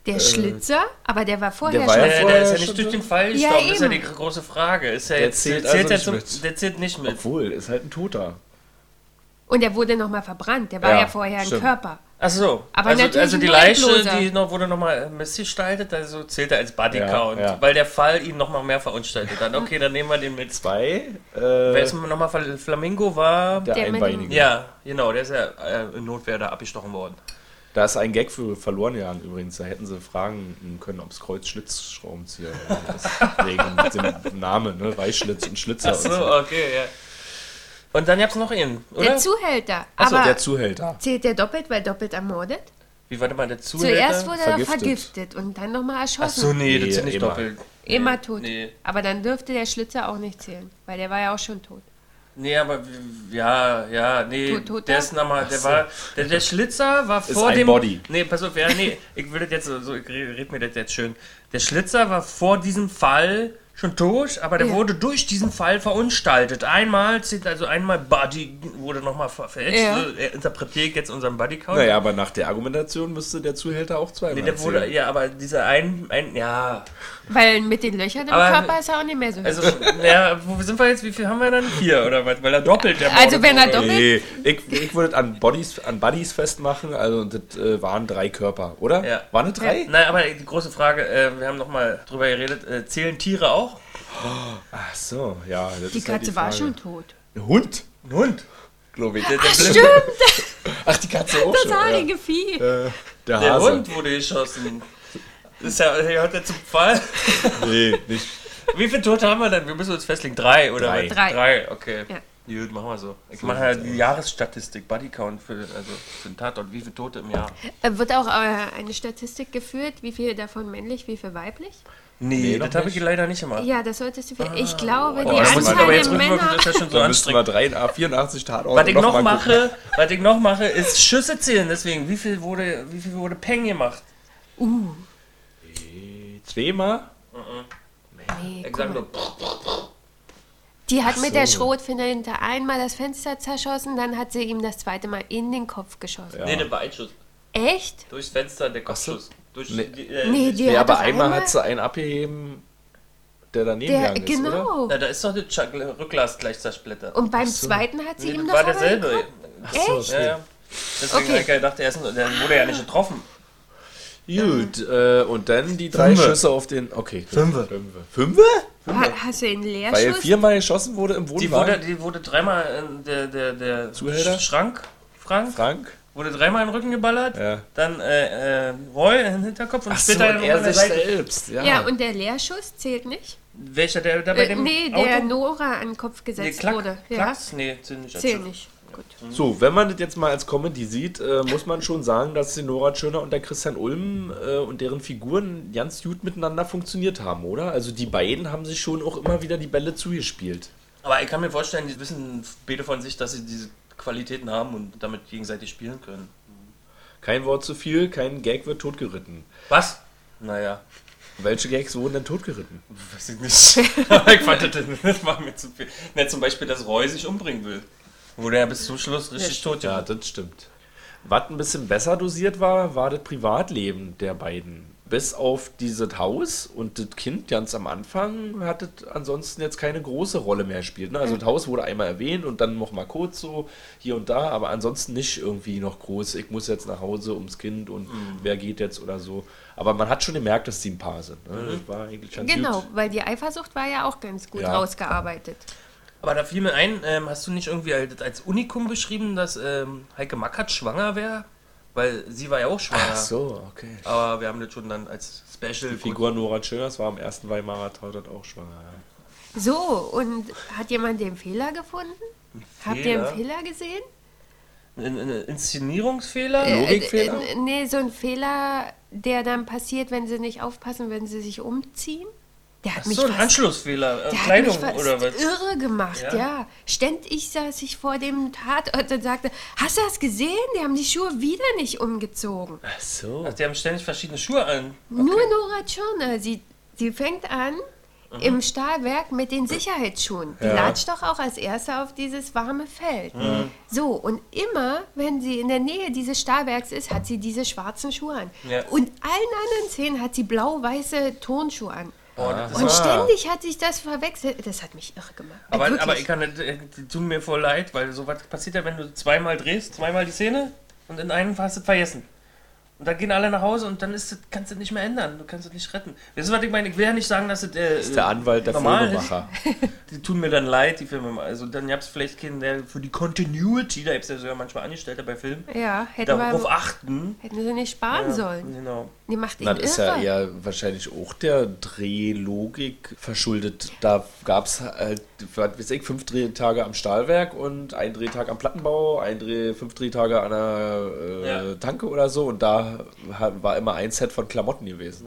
Speaker 2: Der Schlitzer, aber der war vorher
Speaker 3: Äh. der war
Speaker 2: schon.
Speaker 3: ja-
Speaker 1: Äh, der
Speaker 3: vorher
Speaker 1: ist ja
Speaker 3: schon
Speaker 1: nicht durch
Speaker 3: so-
Speaker 1: den Fall
Speaker 2: Ja,
Speaker 1: gestorben, das ist ja die
Speaker 2: eben.
Speaker 1: große Frage. Ist ja
Speaker 3: Der
Speaker 1: jetzt,
Speaker 3: zählt also
Speaker 1: ja
Speaker 3: nicht
Speaker 1: zum,
Speaker 3: mit.
Speaker 1: der zählt nicht mit.
Speaker 3: Obwohl, ist halt ein Toter.
Speaker 2: Und der wurde nochmal verbrannt. Der war
Speaker 3: Ja,
Speaker 2: ja, vorher ein
Speaker 3: stimmt.
Speaker 2: Körper.
Speaker 1: Ach so.
Speaker 2: Aber
Speaker 1: also,
Speaker 2: natürlich
Speaker 1: also die
Speaker 2: ein
Speaker 1: Leiche,
Speaker 2: Leibloser.
Speaker 1: die noch, wurde nochmal missgestaltet, also zählt er als
Speaker 3: Ja,
Speaker 1: Bodycount,
Speaker 3: ja.
Speaker 1: weil der Fall ihn nochmal mehr verunstaltet hat. Okay, dann nehmen wir den mit.
Speaker 3: Bei äh,
Speaker 1: Wer ist nochmal Fl- Flamingo war?
Speaker 3: der
Speaker 2: Der mit dem-
Speaker 3: Einbeinige.
Speaker 1: Ja, genau, der ist ja äh, in Notwehr da abgestochen worden.
Speaker 3: Da ist ein Gag für verloren gegangen übrigens. Da hätten sie fragen können, ob es Kreuz Schlitzschraubenzieher ist. Wegen dem Namen, ne? Reichschlitz und Schlitzer.
Speaker 1: Ach so, äh,
Speaker 3: und so.
Speaker 1: okay, ja. Und dann gab's noch ihn, oder?
Speaker 2: Der Zuhälter.
Speaker 3: Achso,
Speaker 2: aber
Speaker 3: der Zuhälter.
Speaker 2: zählt der doppelt, weil doppelt ermordet?
Speaker 1: Wie war der mal der Zuhälter?
Speaker 2: Zuerst wurde er
Speaker 3: Vergiftet.
Speaker 2: vergiftet und dann nochmal
Speaker 1: Ach so,
Speaker 2: erschossen.
Speaker 1: nee,
Speaker 3: Nee,
Speaker 1: das sind nicht
Speaker 3: immer.
Speaker 1: doppelt.
Speaker 2: Immer tot.
Speaker 1: Nee.
Speaker 2: Aber dann dürfte der Schlitzer auch nicht zählen, weil der war ja auch schon tot.
Speaker 1: Nee, aber w- ja, ja, nee,
Speaker 2: Tot- tot
Speaker 1: der
Speaker 2: da?
Speaker 1: ist nochmal, der war, der, der Schlitzer war vor
Speaker 3: ein
Speaker 1: dem...
Speaker 3: Body.
Speaker 1: Nee, pass auf, ja, nee, ich will das jetzt, so- so, ich re- red mir das jetzt schön. Der Schlitzer war vor diesem Fall schon tot, aber der
Speaker 2: Ja.
Speaker 1: wurde durch diesen Fall verunstaltet. Einmal, zählt also einmal Buddy wurde nochmal ver- verletzt,
Speaker 2: Ja.
Speaker 1: so, äh, interpretiere ich jetzt unseren Buddy-Count.
Speaker 3: Naja, aber nach der Argumentation müsste der Zuhälter auch zweimal
Speaker 1: Nee, der wurde,
Speaker 3: zählen.
Speaker 1: ja, aber dieser ein, ein ja,
Speaker 2: Weil mit den Löchern im
Speaker 1: Aber-
Speaker 2: Körper ist er auch nicht mehr so
Speaker 1: also, ja, wo sind wir jetzt, wie viel haben wir dann? Vier, oder was? Weil er doppelt der
Speaker 2: Also,
Speaker 1: Morde
Speaker 2: wenn er
Speaker 1: wurde.
Speaker 2: doppelt-
Speaker 3: Nee, ich, ich würde es an Bodies, an Buddies festmachen, also und das äh, waren drei Körper, oder?
Speaker 1: Ja.
Speaker 3: Waren es drei?
Speaker 1: Nein, aber die große Frage, äh, wir haben nochmal drüber geredet, äh, zählen Tiere auch?
Speaker 3: Ach so, ja. Das
Speaker 2: Die
Speaker 3: ist halt
Speaker 2: Katze war
Speaker 3: Frage.
Speaker 2: schon tot.
Speaker 3: Ein Hund?
Speaker 1: Ein Hund.
Speaker 3: Glaube ich.
Speaker 2: Stimmt,
Speaker 3: Ach, die Katze auch
Speaker 2: das
Speaker 3: schon. ja.
Speaker 2: haarige Vieh.
Speaker 3: Äh, der
Speaker 1: Der
Speaker 3: Hase.
Speaker 1: Hund wurde geschossen. Das ist ja, hört ja zum Fall.
Speaker 3: Nee, nicht.
Speaker 1: Wie viele Tote haben wir denn? Wir müssen uns festlegen. Drei, oder?
Speaker 3: Drei.
Speaker 1: was?
Speaker 2: Drei.
Speaker 1: Drei, okay.
Speaker 2: Ja.
Speaker 1: Gut, machen wir so. Ich mache ja die Jahresstatistik, Bodycount für, also für den Tatort. Wie viele Tote im Jahr?
Speaker 2: Äh, Wird auch äh, eine Statistik geführt, wie viele davon männlich, wie viel weiblich?
Speaker 1: Nee, das
Speaker 3: noch
Speaker 1: habe ich
Speaker 3: nicht.
Speaker 1: leider nicht gemacht.
Speaker 2: Ja, das solltest du. viel- Ich glaube,
Speaker 1: Oh,
Speaker 2: die
Speaker 1: da muss ich
Speaker 2: Anzahl
Speaker 1: aber jetzt
Speaker 2: der
Speaker 1: rückwirkend,
Speaker 2: Männer.
Speaker 1: das ist ja schon so
Speaker 3: Da müssten wir
Speaker 1: anstrengend.
Speaker 3: 83, 84 Tatorte
Speaker 1: Was ich noch
Speaker 3: mal gucken.
Speaker 1: mache, was ich noch mache, ist Schüsse zählen. Deswegen, wie viel wurde, wie viel wurde Peng gemacht?
Speaker 2: Uh,
Speaker 3: Zweimal?
Speaker 2: nee,
Speaker 1: Ich
Speaker 2: guck
Speaker 1: sag
Speaker 2: mal.
Speaker 1: nur, pff,
Speaker 2: Die hat mit
Speaker 3: so.
Speaker 2: der Schrotflinte einmal das Fenster zerschossen, dann hat sie ihm das zweite Mal in den Kopf geschossen.
Speaker 1: nee, der Beinschuss.
Speaker 2: Echt?
Speaker 1: Durchs Fenster, der
Speaker 3: so.
Speaker 1: Kopfschuss. Durch
Speaker 3: Nee.
Speaker 1: die, äh,
Speaker 2: Nee,
Speaker 1: durch-
Speaker 2: die
Speaker 3: Ja,
Speaker 2: hat
Speaker 3: aber
Speaker 2: auf
Speaker 3: einmal
Speaker 2: einmal
Speaker 3: hat sie einen abgeheben, der daneben
Speaker 2: der,
Speaker 3: gegangen ist, oder?
Speaker 2: Genau.
Speaker 1: Na, da ist doch der Chuck Rückglas gleich zersplittert.
Speaker 2: Und beim zweiten hat sie
Speaker 1: das
Speaker 2: ihm noch
Speaker 1: war
Speaker 2: einmal den
Speaker 1: derselbe.
Speaker 2: Kopf-
Speaker 3: So,
Speaker 2: Echt?
Speaker 1: Ja, ja. Deswegen
Speaker 2: Okay.
Speaker 1: hab ich ja gedacht, der, ist, der wurde ja nicht getroffen.
Speaker 3: Gut, äh, und dann die drei
Speaker 1: Fünfe.
Speaker 3: Schüsse auf den... Okay. gut.
Speaker 1: Fünfe.
Speaker 3: Fünfe? Fünfe?
Speaker 2: Ha, hast du ihn
Speaker 3: Weil
Speaker 2: Leerschuss?
Speaker 3: viermal geschossen wurde im
Speaker 1: Die
Speaker 3: Wohnwagen.
Speaker 1: wurde, die wurde dreimal, in der, der, der
Speaker 3: Zuhälter?
Speaker 1: Sch- Schrank, Frank,
Speaker 3: Frank?
Speaker 1: wurde dreimal in den Rücken geballert.
Speaker 3: Ja.
Speaker 1: Dann äh, äh, Roy in den Hinterkopf und
Speaker 3: Ach so, und
Speaker 1: später in
Speaker 3: er
Speaker 1: der
Speaker 3: sich
Speaker 1: Seite.
Speaker 3: selbst. Ja,
Speaker 2: Ja, und der Leerschuss zählt nicht?
Speaker 1: Welcher, der da bei
Speaker 2: Äh,
Speaker 1: dem
Speaker 2: nee,
Speaker 1: Auto?
Speaker 2: der Nora an den Kopf
Speaker 1: Nee,
Speaker 2: gesetzt
Speaker 1: Klack,
Speaker 2: wurde. Ja,
Speaker 1: Klacks? Nee, zählt nicht. als
Speaker 2: zählt
Speaker 1: Schuss.
Speaker 2: nicht. Gut.
Speaker 3: So, wenn man das jetzt mal als Comedy sieht, äh, muss man schon sagen, dass die Nora Tschirner und der Christian Ulm äh, und deren Figuren ganz gut miteinander funktioniert haben, oder? Also die beiden haben sich schon auch immer wieder die Bälle zugespielt.
Speaker 1: Aber ich kann mir vorstellen, die wissen beide von sich, dass sie diese Qualitäten haben und damit gegenseitig spielen können.
Speaker 3: Kein Wort zu viel, kein Gag wird totgeritten.
Speaker 1: Was? Naja,
Speaker 3: Welche Gags wurden denn totgeritten?
Speaker 1: weiß ich nicht. Aber ich fand das, das war mir zu viel. Na, zum Beispiel, dass Roy sich umbringen will. Wurde ja bis zum Schluss richtig tot.
Speaker 3: Ja,
Speaker 1: Ja.
Speaker 3: das stimmt. Was ein bisschen besser dosiert war, war das Privatleben der beiden. bis auf dieses Haus und das Kind ganz am Anfang hat es ansonsten jetzt keine große Rolle mehr gespielt. Ne? Also das Haus wurde einmal erwähnt und dann noch mal kurz so hier und da, aber ansonsten nicht irgendwie noch groß. Ich muss jetzt nach Hause ums Kind und wer geht jetzt oder so. Aber man hat schon gemerkt, dass die ein Paar sind. Ne? Das war eigentlich ganz
Speaker 2: Genau,
Speaker 3: gut.
Speaker 2: weil die Eifersucht war ja auch ganz gut
Speaker 3: Ja.
Speaker 2: rausgearbeitet.
Speaker 1: Aber da fiel mir ein, ähm, hast du nicht irgendwie als, als Unikum beschrieben, dass ähm, Heike Mackert schwanger wäre? Weil sie war ja auch schwanger.
Speaker 3: Ach so, okay.
Speaker 1: Aber wir haben das schon dann als Special.
Speaker 3: Die Figur Nora Schöners war am ersten Weimarer Tatort auch schwanger. Ja.
Speaker 2: So, und hat jemand den Fehler gefunden? Habt ihr
Speaker 1: Fehler?
Speaker 2: einen Fehler gesehen?
Speaker 1: Ein, ein Inszenierungsfehler?
Speaker 2: Äh, äh, nee, so ein Fehler, der dann passiert, wenn sie nicht aufpassen, wenn sie sich umziehen. Der hat mich
Speaker 1: so, ein
Speaker 2: fast
Speaker 1: Anschlussfehler. Äh,
Speaker 2: Der
Speaker 1: Kleidung
Speaker 2: hat mich fast
Speaker 1: oder was?
Speaker 2: irre gemacht,
Speaker 1: Ja.
Speaker 2: ja. Ständig saß ich vor dem Tatort und sagte, hast du das gesehen? Die haben die Schuhe wieder nicht umgezogen.
Speaker 1: Ah,
Speaker 3: Ach so.
Speaker 1: Ach, die haben ständig verschiedene Schuhe an.
Speaker 2: Nur Nora Tschirner, sie, sie fängt an
Speaker 1: Mhm.
Speaker 2: im Stahlwerk mit den Sicherheitsschuhen. Die
Speaker 3: Ja.
Speaker 2: latscht doch auch als Erste auf dieses warme Feld.
Speaker 1: Mhm.
Speaker 2: So, und immer, wenn sie in der Nähe dieses Stahlwerks ist, hat sie diese schwarzen Schuhe an.
Speaker 1: Ja.
Speaker 2: Und allen anderen Szenen hat sie blau-weiße Turnschuhe an.
Speaker 1: Oh,
Speaker 3: Ah.
Speaker 1: das ist
Speaker 2: Und ständig hatte ich das verwechselt. Das hat mich irre gemacht.
Speaker 1: aber,
Speaker 2: Wirklich.
Speaker 1: aber ich kann, nicht- äh, die tun mir voll leid, weil sowas passiert ja, wenn du zweimal drehst, zweimal die Szene und in einem hast du es vergessen. Und dann gehen alle nach Hause und dann ist das, kannst du das nicht mehr ändern, du kannst es nicht retten. Weißt du, was ich meine? Ich will ja nicht sagen, dass das, äh,
Speaker 3: Das ist der Anwalt der
Speaker 1: normal ist.
Speaker 3: Filmemacher.
Speaker 1: Die tun mir dann leid, die Filme. Also dann gab es vielleicht keinen, der für die Continuity, da gibt es ja sogar manchmal Angestellte bei Filmen,
Speaker 2: Ja, hätten,
Speaker 1: darauf
Speaker 2: wir,
Speaker 1: achten.
Speaker 2: hätten sie nicht sparen sollen.
Speaker 1: Genau.
Speaker 2: Die macht ihn
Speaker 3: Dann ist ja
Speaker 2: irre.
Speaker 3: eher wahrscheinlich auch der Drehlogik verschuldet. Da gab es halt, was weiß ich, fünf Drehtage am Stahlwerk und ein Drehtag am Plattenbau, ein Dreh, fünf Drehtage an der äh,
Speaker 1: Ja.
Speaker 3: Tanke oder so und da ha- war immer ein Set von Klamotten gewesen.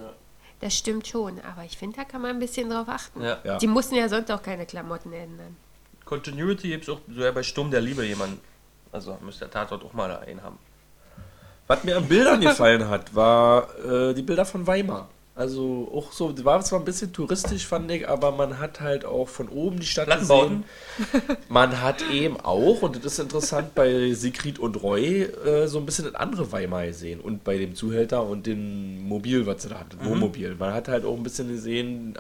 Speaker 2: Das stimmt schon, aber ich finde, da kann man ein bisschen drauf achten.
Speaker 1: Ja.
Speaker 3: Ja.
Speaker 2: Die mussten ja sonst auch keine Klamotten ändern.
Speaker 1: Continuity gibt es auch sogar bei Sturm der Liebe jemanden. Also müsste der Tatort auch mal einen haben.
Speaker 3: Was mir an Bildern gefallen hat, war äh, die Bilder von Weimar. Also auch so, die waren zwar ein bisschen touristisch, fand ich, aber man hat halt auch von oben die Stadt
Speaker 1: Plattenbauten.
Speaker 3: gesehen. Man hat eben auch, und das ist interessant, bei Sigrid und Roy äh, so ein bisschen das andere Weimar gesehen. Und bei dem Zuhälter und dem Mobil, was sie da hatten, Wohnmobil. Man hat halt auch ein bisschen gesehen,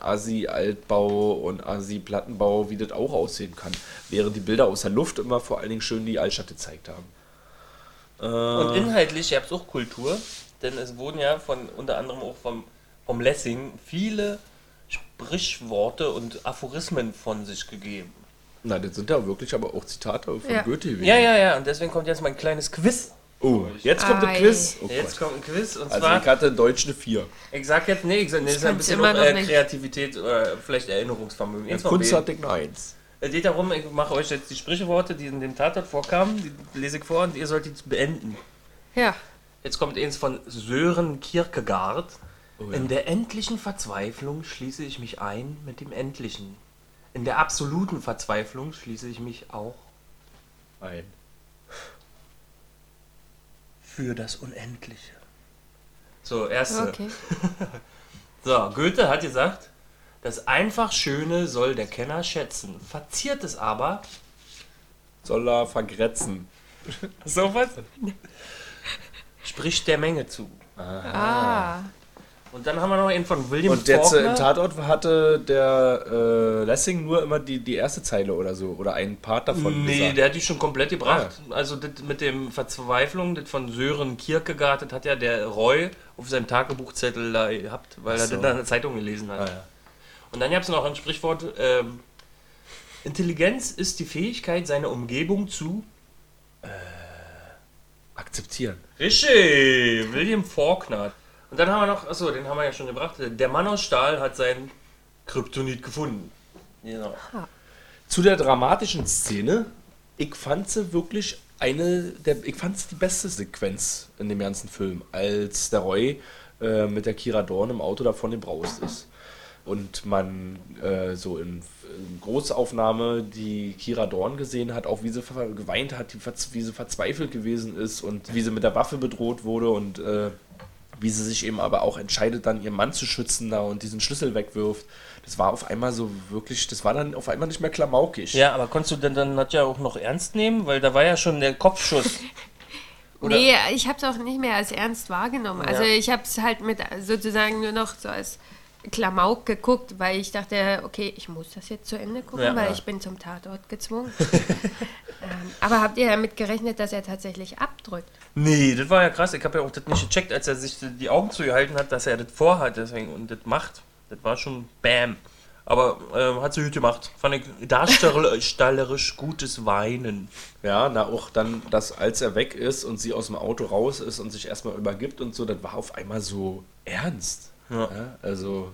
Speaker 3: Asi-Altbau und Asi-Plattenbau, wie das auch aussehen kann. Während die Bilder aus der Luft immer vor allen Dingen schön die Altstadt gezeigt haben. Äh.
Speaker 1: Und inhaltlich, ihr habt auch Kultur, denn es wurden ja von unter anderem auch vom, vom Lessing viele Sprichworte und Aphorismen von sich gegeben.
Speaker 3: Na, das sind ja wirklich aber auch Zitate von
Speaker 2: Ja.
Speaker 3: Goethe gewesen.
Speaker 1: Ja, ja, ja, und deswegen kommt jetzt mein kleines Quiz.
Speaker 3: Oh, jetzt kommt der
Speaker 2: Ei.
Speaker 3: Quiz. Oh
Speaker 1: Jetzt
Speaker 3: Gott.
Speaker 1: kommt ein Quiz und
Speaker 3: Also
Speaker 1: zwar,
Speaker 3: ich hatte in Deutsch eine 4.
Speaker 1: ich sag jetzt, nee, ich sag, nee, das ist ein
Speaker 2: kann's
Speaker 1: bisschen
Speaker 2: immer
Speaker 1: auch,
Speaker 2: noch
Speaker 1: äh,
Speaker 2: nicht.
Speaker 1: Kreativität oder vielleicht Erinnerungsvermögen. Eins von
Speaker 3: Kunst
Speaker 1: beiden.
Speaker 3: hatte ich eine 1.
Speaker 1: Es geht darum, Äh, ich mache euch jetzt die Sprichworte, die in dem Tatort vorkamen, die lese ich vor und ihr sollt die beenden.
Speaker 2: Ja.
Speaker 1: Jetzt kommt eins von Sören Kierkegaard.
Speaker 3: Oh
Speaker 1: In der endlichen Verzweiflung schließe ich mich ein mit dem Endlichen. In der absoluten Verzweiflung schließe ich mich auch
Speaker 3: Ein.
Speaker 1: für das Unendliche. So, erste.
Speaker 2: Okay.
Speaker 1: So, Goethe hat gesagt, das einfach Schöne soll der Kenner schätzen. Verziert es aber.
Speaker 3: Soll er vergrätzen.
Speaker 1: So was? Spricht der Menge zu.
Speaker 2: Ah.
Speaker 1: Und dann haben wir noch einen von William
Speaker 3: Und jetzt äh,
Speaker 1: Faulkner.
Speaker 3: im Tatort hatte der äh, Lessing nur immer die, die erste Zeile oder so. Oder einen Part davon.
Speaker 1: Nee,
Speaker 3: gesagt. Ah,
Speaker 1: der hat die schon komplett gebracht. Also das mit dem Verzweiflung, das von Sören Kierkegaard, das hat ja der Roy auf seinem Tagebuchzettel da gehabt, weil er
Speaker 3: so.
Speaker 1: das in der Zeitung gelesen hat.
Speaker 3: Ah, ja.
Speaker 1: Und dann gab es noch ein Sprichwort, ähm, Intelligenz ist die Fähigkeit, seine Umgebung zu...
Speaker 3: Akzeptieren.
Speaker 1: Richtig, William Faulkner. Und dann haben wir noch, achso, den haben wir ja schon gebracht, der Mann aus Stahl hat sein Kryptonit gefunden. Genau.
Speaker 3: Zu der dramatischen Szene. Ich fand sie wirklich eine der. Ich fand sie die beste Sequenz in dem ganzen Film, als der Roy äh, mit der Kira Dorn im Auto davon gebraust ist. und man äh, so in, in Großaufnahme die Kira Dorn gesehen hat, auch wie sie ver- geweint hat, die verz- wie sie verzweifelt gewesen ist und wie sie mit der Waffe bedroht wurde und äh, wie sie sich eben aber auch entscheidet, dann ihren Mann zu schützen da und diesen Schlüssel wegwirft. Das war auf einmal so wirklich, das war dann auf einmal nicht mehr klamaukig.
Speaker 1: Ja, aber konntest du denn dann Nadja auch noch ernst nehmen? Weil da war ja schon der Kopfschuss. Oder-
Speaker 2: Nee, ich habe es auch nicht mehr als ernst wahrgenommen. Also ich habe es halt mit sozusagen nur noch so als Klamauk geguckt, weil ich dachte, okay, ich muss das jetzt zu Ende gucken,
Speaker 1: Ja,
Speaker 2: weil
Speaker 1: ja.
Speaker 2: ich bin zum Tatort gezwungen. ähm, aber habt ihr damit gerechnet, dass er tatsächlich abdrückt?
Speaker 1: Nee, das war ja krass. Ich habe ja auch das nicht gecheckt, als er sich die Augen zugehalten hat, dass er das vorhat deswegen und das macht. Das war schon Bam. Aber ähm, hat sie gut gemacht. Fand ich darstellerisch gutes Weinen.
Speaker 3: Ja, na auch dann, dass als er weg ist und sie aus dem Auto raus ist und sich erstmal übergibt und so, das war auf einmal so ernst.
Speaker 1: Ja.
Speaker 3: also,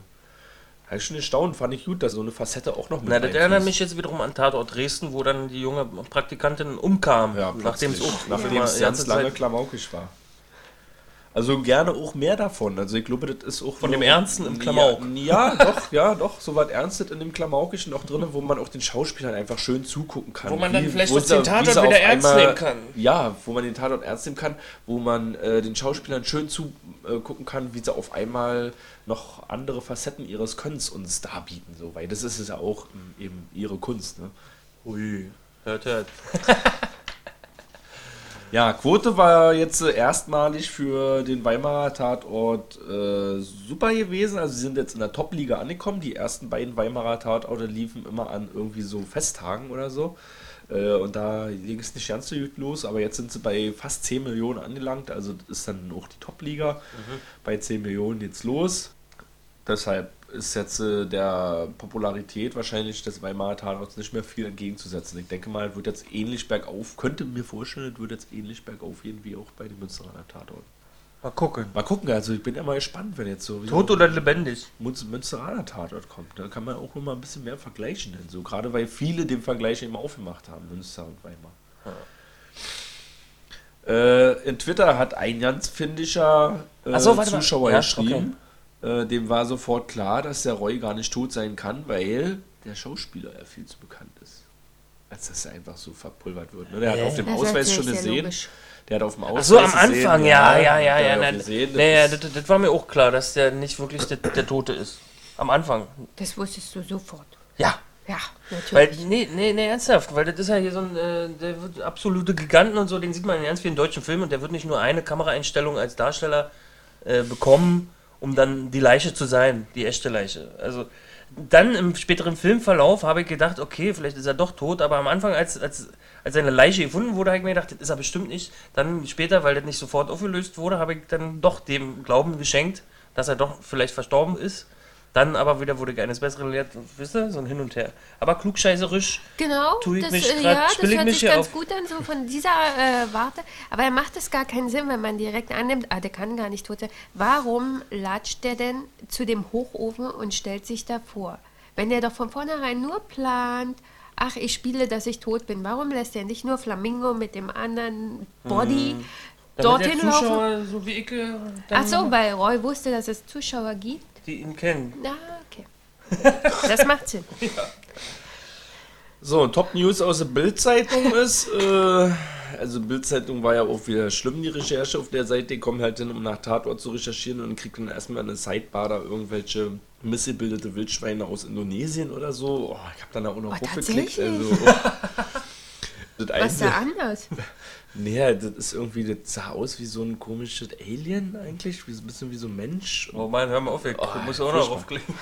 Speaker 3: halt schon erstaunt, fand ich gut, dass so eine Facette auch noch mit
Speaker 1: Na, das
Speaker 3: reinfließt.
Speaker 1: erinnert mich jetzt wiederum an Tatort Dresden, wo dann die junge Praktikantin umkam,
Speaker 3: Ja,
Speaker 1: nachdem es auch
Speaker 3: nachdem es
Speaker 1: die
Speaker 3: ganz
Speaker 1: ganze
Speaker 3: lange
Speaker 1: Zeit
Speaker 3: klamaukig war. Also gerne auch mehr davon. Also ich glaube, das ist auch
Speaker 1: Von
Speaker 3: nur-
Speaker 1: dem Ernsten im Klamauk.
Speaker 3: Ja, ja doch, ja, doch. So was Ernstes in dem Klamaukischen noch drin, wo man auch den Schauspielern einfach schön zugucken kann.
Speaker 1: Wo man dann vielleicht
Speaker 3: wo
Speaker 1: auch
Speaker 3: sie-
Speaker 1: den
Speaker 3: wie
Speaker 1: Tatort
Speaker 3: sie auf
Speaker 1: wieder ernst
Speaker 3: einmal-
Speaker 1: nehmen kann.
Speaker 3: Ja, wo man den Tatort ernst nehmen kann, wo man äh, den Schauspielern schön zugucken kann, wie sie auf einmal noch andere Facetten ihres Könns uns darbieten. So, weil das ist es ja auch ähm, eben ihre Kunst. Ne? Ui.
Speaker 1: Hört, hört.
Speaker 3: Ja, Quote war jetzt äh, erstmalig für den Weimarer Tatort äh, super gewesen. Also sie sind jetzt in der Top-Liga angekommen. Die ersten beiden Weimarer Tatorte liefen immer an irgendwie so Festtagen oder so. Äh, und da ging es nicht ganz so gut los. Aber jetzt sind sie bei fast 10 Millionen angelangt. Also das ist dann auch die Top-Liga bei 10 Millionen jetzt los. Deshalb ist jetzt äh, der Popularität wahrscheinlich des Weimarer Tatorts nicht mehr viel entgegenzusetzen. Ich denke mal, es wird jetzt ähnlich bergauf, könnte mir vorstellen, es wird jetzt ähnlich bergauf gehen wie auch bei den Münsteraner Tatorten.
Speaker 1: Mal gucken.
Speaker 3: Mal gucken, also ich bin ja mal gespannt, wenn jetzt so wie
Speaker 1: Tot
Speaker 3: so
Speaker 1: oder lebendig?
Speaker 3: Münz- Münsteraner Tatort kommt. Da kann man auch immer ein bisschen mehr vergleichen, denn so gerade weil viele den Vergleich eben aufgemacht haben, Münster und Weimar. Äh, in Twitter hat ein ganz finnischer äh,
Speaker 1: Ach so, warte mal.
Speaker 3: Zuschauer
Speaker 1: Ja,
Speaker 3: geschrieben, äh, dem war sofort klar, dass der Roy gar nicht tot sein kann, weil der Schauspieler ja viel zu bekannt ist. Als dass er einfach so verpulvert wird. Ne? Der hat auf dem
Speaker 2: Das ist
Speaker 3: Ausweis
Speaker 2: natürlich
Speaker 3: schon
Speaker 2: sehr
Speaker 3: gesehen.
Speaker 2: logisch.
Speaker 3: Der hat auf dem
Speaker 1: Ach
Speaker 3: Ausweis
Speaker 1: so, am
Speaker 3: gesehen,
Speaker 1: Anfang, ja, ja, ja,
Speaker 3: der
Speaker 1: ja.
Speaker 3: hat
Speaker 1: na,
Speaker 3: auch gesehen,
Speaker 1: na, ja,
Speaker 3: das
Speaker 1: das, das war mir auch klar, dass der nicht wirklich der, der Tote ist. Am Anfang.
Speaker 2: Das wusstest du sofort.
Speaker 1: Ja.
Speaker 2: Ja, natürlich.
Speaker 1: Weil, nee, nee, nee, ernsthaft, weil das ist ja hier so ein, äh, der wird absolute Giganten und so, den sieht man in ganz vielen deutschen Filmen und der wird nicht nur eine Kameraeinstellung als Darsteller äh, bekommen, um dann die Leiche zu sein, die echte Leiche. Also dann im späteren Filmverlauf habe ich gedacht, okay, vielleicht ist er doch tot, aber am Anfang, als, als, als seine Leiche gefunden wurde, habe ich mir gedacht, das ist er bestimmt nicht. Dann später, weil das nicht sofort aufgelöst wurde, habe ich dann doch dem Glauben geschenkt, dass er doch vielleicht verstorben ist. Dann aber wieder wurde ich eines Besseren gelehrt, wisst ihr, so ein Hin und Her. Aber klugscheißerisch,
Speaker 2: Genau,
Speaker 1: Tu ich
Speaker 2: das,
Speaker 1: mich
Speaker 2: äh,
Speaker 1: grad-
Speaker 2: ja, das
Speaker 1: spiel ich
Speaker 2: hört
Speaker 1: mich
Speaker 2: sich
Speaker 1: hier
Speaker 2: ganz
Speaker 1: auf-
Speaker 2: gut an, so von dieser äh, Warte. Aber er macht es gar keinen Sinn, wenn man direkt annimmt, ah, der kann gar nicht tot sein. Warum latscht der denn zu dem Hochofen und stellt sich davor? Wenn der doch von vornherein nur plant, ach, ich spiele, dass ich tot bin, warum lässt er nicht nur Flamingo mit dem anderen Body
Speaker 1: Mhm. damit
Speaker 2: dorthin
Speaker 1: der
Speaker 2: laufen?
Speaker 1: Zuschauer, so wie ich, äh, dann
Speaker 2: Ach so, weil Roy wusste, dass es Zuschauer gibt.
Speaker 1: die ihn kennen.
Speaker 2: Ah, okay. Das macht Sinn.
Speaker 3: So, Top News aus der Bildzeitung ist, äh, also Bildzeitung war ja auch wieder schlimm, die Recherche auf der Seite, die kommen halt hin, um nach Tatort zu recherchieren und kriegt dann erstmal eine Sidebar da irgendwelche missgebildete Wildschweine aus Indonesien oder so. Oh, ich habe dann da auch noch
Speaker 2: Oh,
Speaker 3: hochgeklickt. Also,
Speaker 2: tatsächlich?
Speaker 3: oh. Das
Speaker 2: Was ist da
Speaker 3: Einzige-
Speaker 2: anders?
Speaker 3: Nee, das ist irgendwie, das sah aus wie so ein komisches Alien eigentlich, wie, so ein bisschen wie so ein Mensch.
Speaker 1: Oh Mann, hör mal auf, ich
Speaker 3: Oh,
Speaker 1: muss auch noch
Speaker 3: furchtbar.
Speaker 1: draufklicken.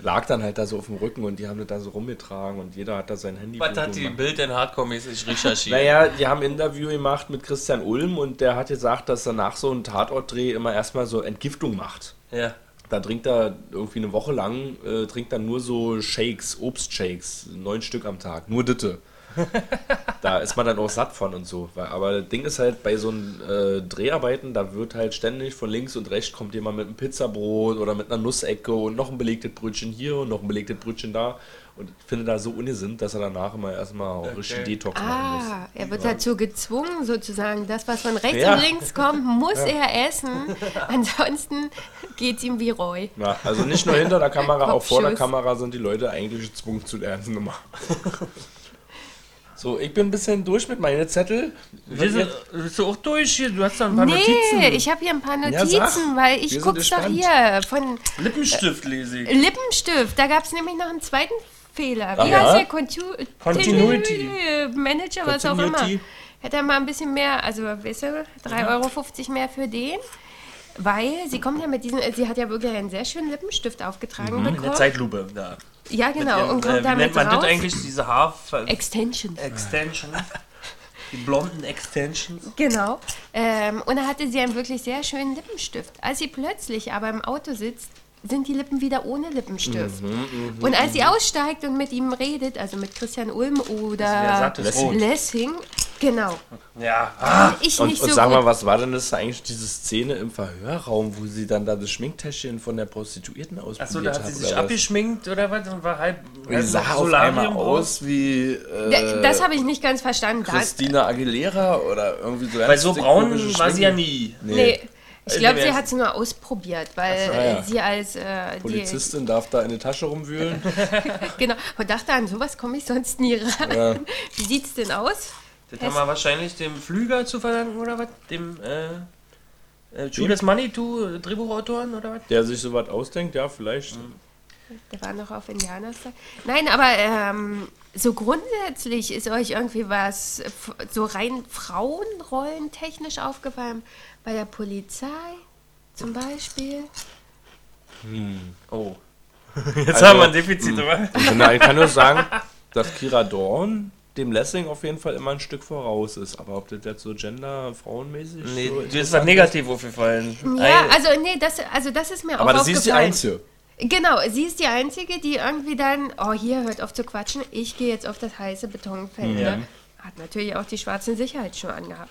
Speaker 3: Lag dann halt da so auf dem Rücken und die haben das da so rumgetragen und jeder hat da sein Handy.
Speaker 1: Was hat die Bild denn hardcore-mäßig recherchiert?
Speaker 3: Naja, die haben ein Interview gemacht mit Christian Ulm und der hat gesagt, dass er nach so einem Tatortdreh immer erstmal so Entgiftung macht.
Speaker 1: Ja.
Speaker 3: Da trinkt er irgendwie eine Woche lang, äh, trinkt er nur so Shakes, Obstshakes, neun Stück am Tag, nur Ditte. da ist man dann auch satt von und so. Weil- Aber das Ding ist halt, bei so einem äh, Dreharbeiten, da wird halt ständig von links und rechts kommt jemand mit einem Pizzabrot oder mit einer Nussecke und noch ein belegtes Brötchen hier und noch ein belegtes Brötchen da. Und ich finde da so ungesund, dass er danach immer erstmal auch richtig Detox machen muss.
Speaker 2: Ah, er wird dazu gezwungen, sozusagen. Das, was von rechts
Speaker 3: Ja.
Speaker 2: und links kommt, muss er essen. Ansonsten geht's ihm wie Roy.
Speaker 3: Ja, also nicht nur hinter der Kamera, auch vor der
Speaker 2: Kopfschuss.
Speaker 3: Kamera sind die Leute eigentlich gezwungen zu der ganzen Nummer. So, ich bin ein bisschen durch mit meinen Zettel.
Speaker 1: Wir sind, bist du auch durch hier? Du hast da ein paar
Speaker 2: Nee,
Speaker 1: Notizen.
Speaker 2: ich habe hier ein paar
Speaker 3: Ja,
Speaker 2: Notizen,
Speaker 3: sag.
Speaker 2: weil
Speaker 3: Wir
Speaker 2: ich
Speaker 3: sind
Speaker 2: guck's doch
Speaker 3: gespannt.
Speaker 2: hier von
Speaker 1: Lippenstift lese ich.
Speaker 2: Lippenstift. Da gab's nämlich noch einen zweiten Fehler. Wie
Speaker 3: Ach ja?
Speaker 2: heißt der? Contu
Speaker 1: Continuity.
Speaker 2: Manager, was auch immer.
Speaker 3: Continuity.
Speaker 2: hätte er mal ein bisschen mehr, also weißt du, 3,50 Euro mehr für den. Weil sie kommt ja mit diesem, sie hat ja wirklich einen sehr schönen Lippenstift
Speaker 3: Mhm.
Speaker 2: aufgetragen
Speaker 1: In der
Speaker 2: bekommen.
Speaker 1: Zeitlupe. Da.
Speaker 2: Ja, genau.
Speaker 1: Ihrem,
Speaker 2: und
Speaker 1: äh,
Speaker 2: kommt
Speaker 1: wie nennt
Speaker 2: damit
Speaker 1: man
Speaker 2: raus. Äh,
Speaker 1: das eigentlich, diese Haarver
Speaker 2: Extension.
Speaker 1: Extension? Die blonden Extensions?
Speaker 2: Genau. Ähm, und da hatte sie einen wirklich sehr schönen Lippenstift. Als sie plötzlich aber im Auto sitzt, sind die Lippen wieder ohne Lippenstift.
Speaker 1: Mhm,
Speaker 2: und als sie aussteigt und mit ihm redet, also mit Christian Ulm
Speaker 1: Ja,
Speaker 2: oder
Speaker 1: sagt es rot.
Speaker 2: Lessing, genau,
Speaker 1: Ja. Ah,
Speaker 2: ich
Speaker 3: Und,
Speaker 2: nicht
Speaker 3: und
Speaker 2: so
Speaker 3: sag
Speaker 2: gut.
Speaker 3: mal, was war denn das eigentlich, diese Szene im Verhörraum, wo sie dann da das Schminktäschchen von der Prostituierten ausprobiert
Speaker 1: achso, da hat sie sich
Speaker 3: oder was?
Speaker 1: abgeschminkt oder was? Und war halb.
Speaker 3: Die
Speaker 1: halb
Speaker 3: sah auf
Speaker 1: Solarium
Speaker 3: einmal
Speaker 1: drauf.
Speaker 3: aus wie
Speaker 2: Da-
Speaker 3: äh,
Speaker 2: das habe ich nicht ganz verstanden. Da-
Speaker 3: Christina Aguilera oder irgendwie so.
Speaker 1: Weil so braun war sie ja nie.
Speaker 2: nee. Ich
Speaker 1: Also,
Speaker 2: glaube, sie
Speaker 1: wer-
Speaker 2: hat es nur ausprobiert, weil
Speaker 3: Ach so, ja.
Speaker 2: äh, sie als äh, die-
Speaker 3: Polizistin darf da in die Tasche rumwühlen.
Speaker 2: genau, und dachte, an sowas komme ich sonst nie ran.
Speaker 3: Ja.
Speaker 2: Wie sieht's denn aus?
Speaker 1: Das haben wir wahrscheinlich dem Flüger zu verdanken oder was? Dem äh, äh, Judas Manitou äh, Drehbuchautoren oder was?
Speaker 3: Der sich sowas ausdenkt, ja, vielleicht.
Speaker 2: Der war noch auf Indianerstag. Nein, aber ähm, so grundsätzlich ist euch irgendwie was f- so rein Frauenrollen technisch aufgefallen. Bei der Polizei zum Beispiel.
Speaker 1: Oh. hm. Jetzt
Speaker 3: Also,
Speaker 1: haben wir ein Defizit, oder?
Speaker 3: Nein, ich kann nur sagen, dass Kira Dorn dem Lessing auf jeden Fall immer ein Stück voraus ist. Aber ob das jetzt so gender-frauenmäßig
Speaker 1: Nee,
Speaker 3: so
Speaker 1: das ist was negativ aufgefallen.
Speaker 2: Ja,
Speaker 1: Ein-
Speaker 2: also nee, das, also das ist mir
Speaker 3: Aber
Speaker 2: auch
Speaker 3: das
Speaker 2: aufgefallen.
Speaker 3: ist die Einzige.
Speaker 2: Genau, sie ist die Einzige, die irgendwie dann, oh hier, hört auf zu quatschen, ich gehe jetzt auf das heiße Betonfeld. Ne? Hat natürlich auch die schwarzen Sicherheitsschuhe angehabt.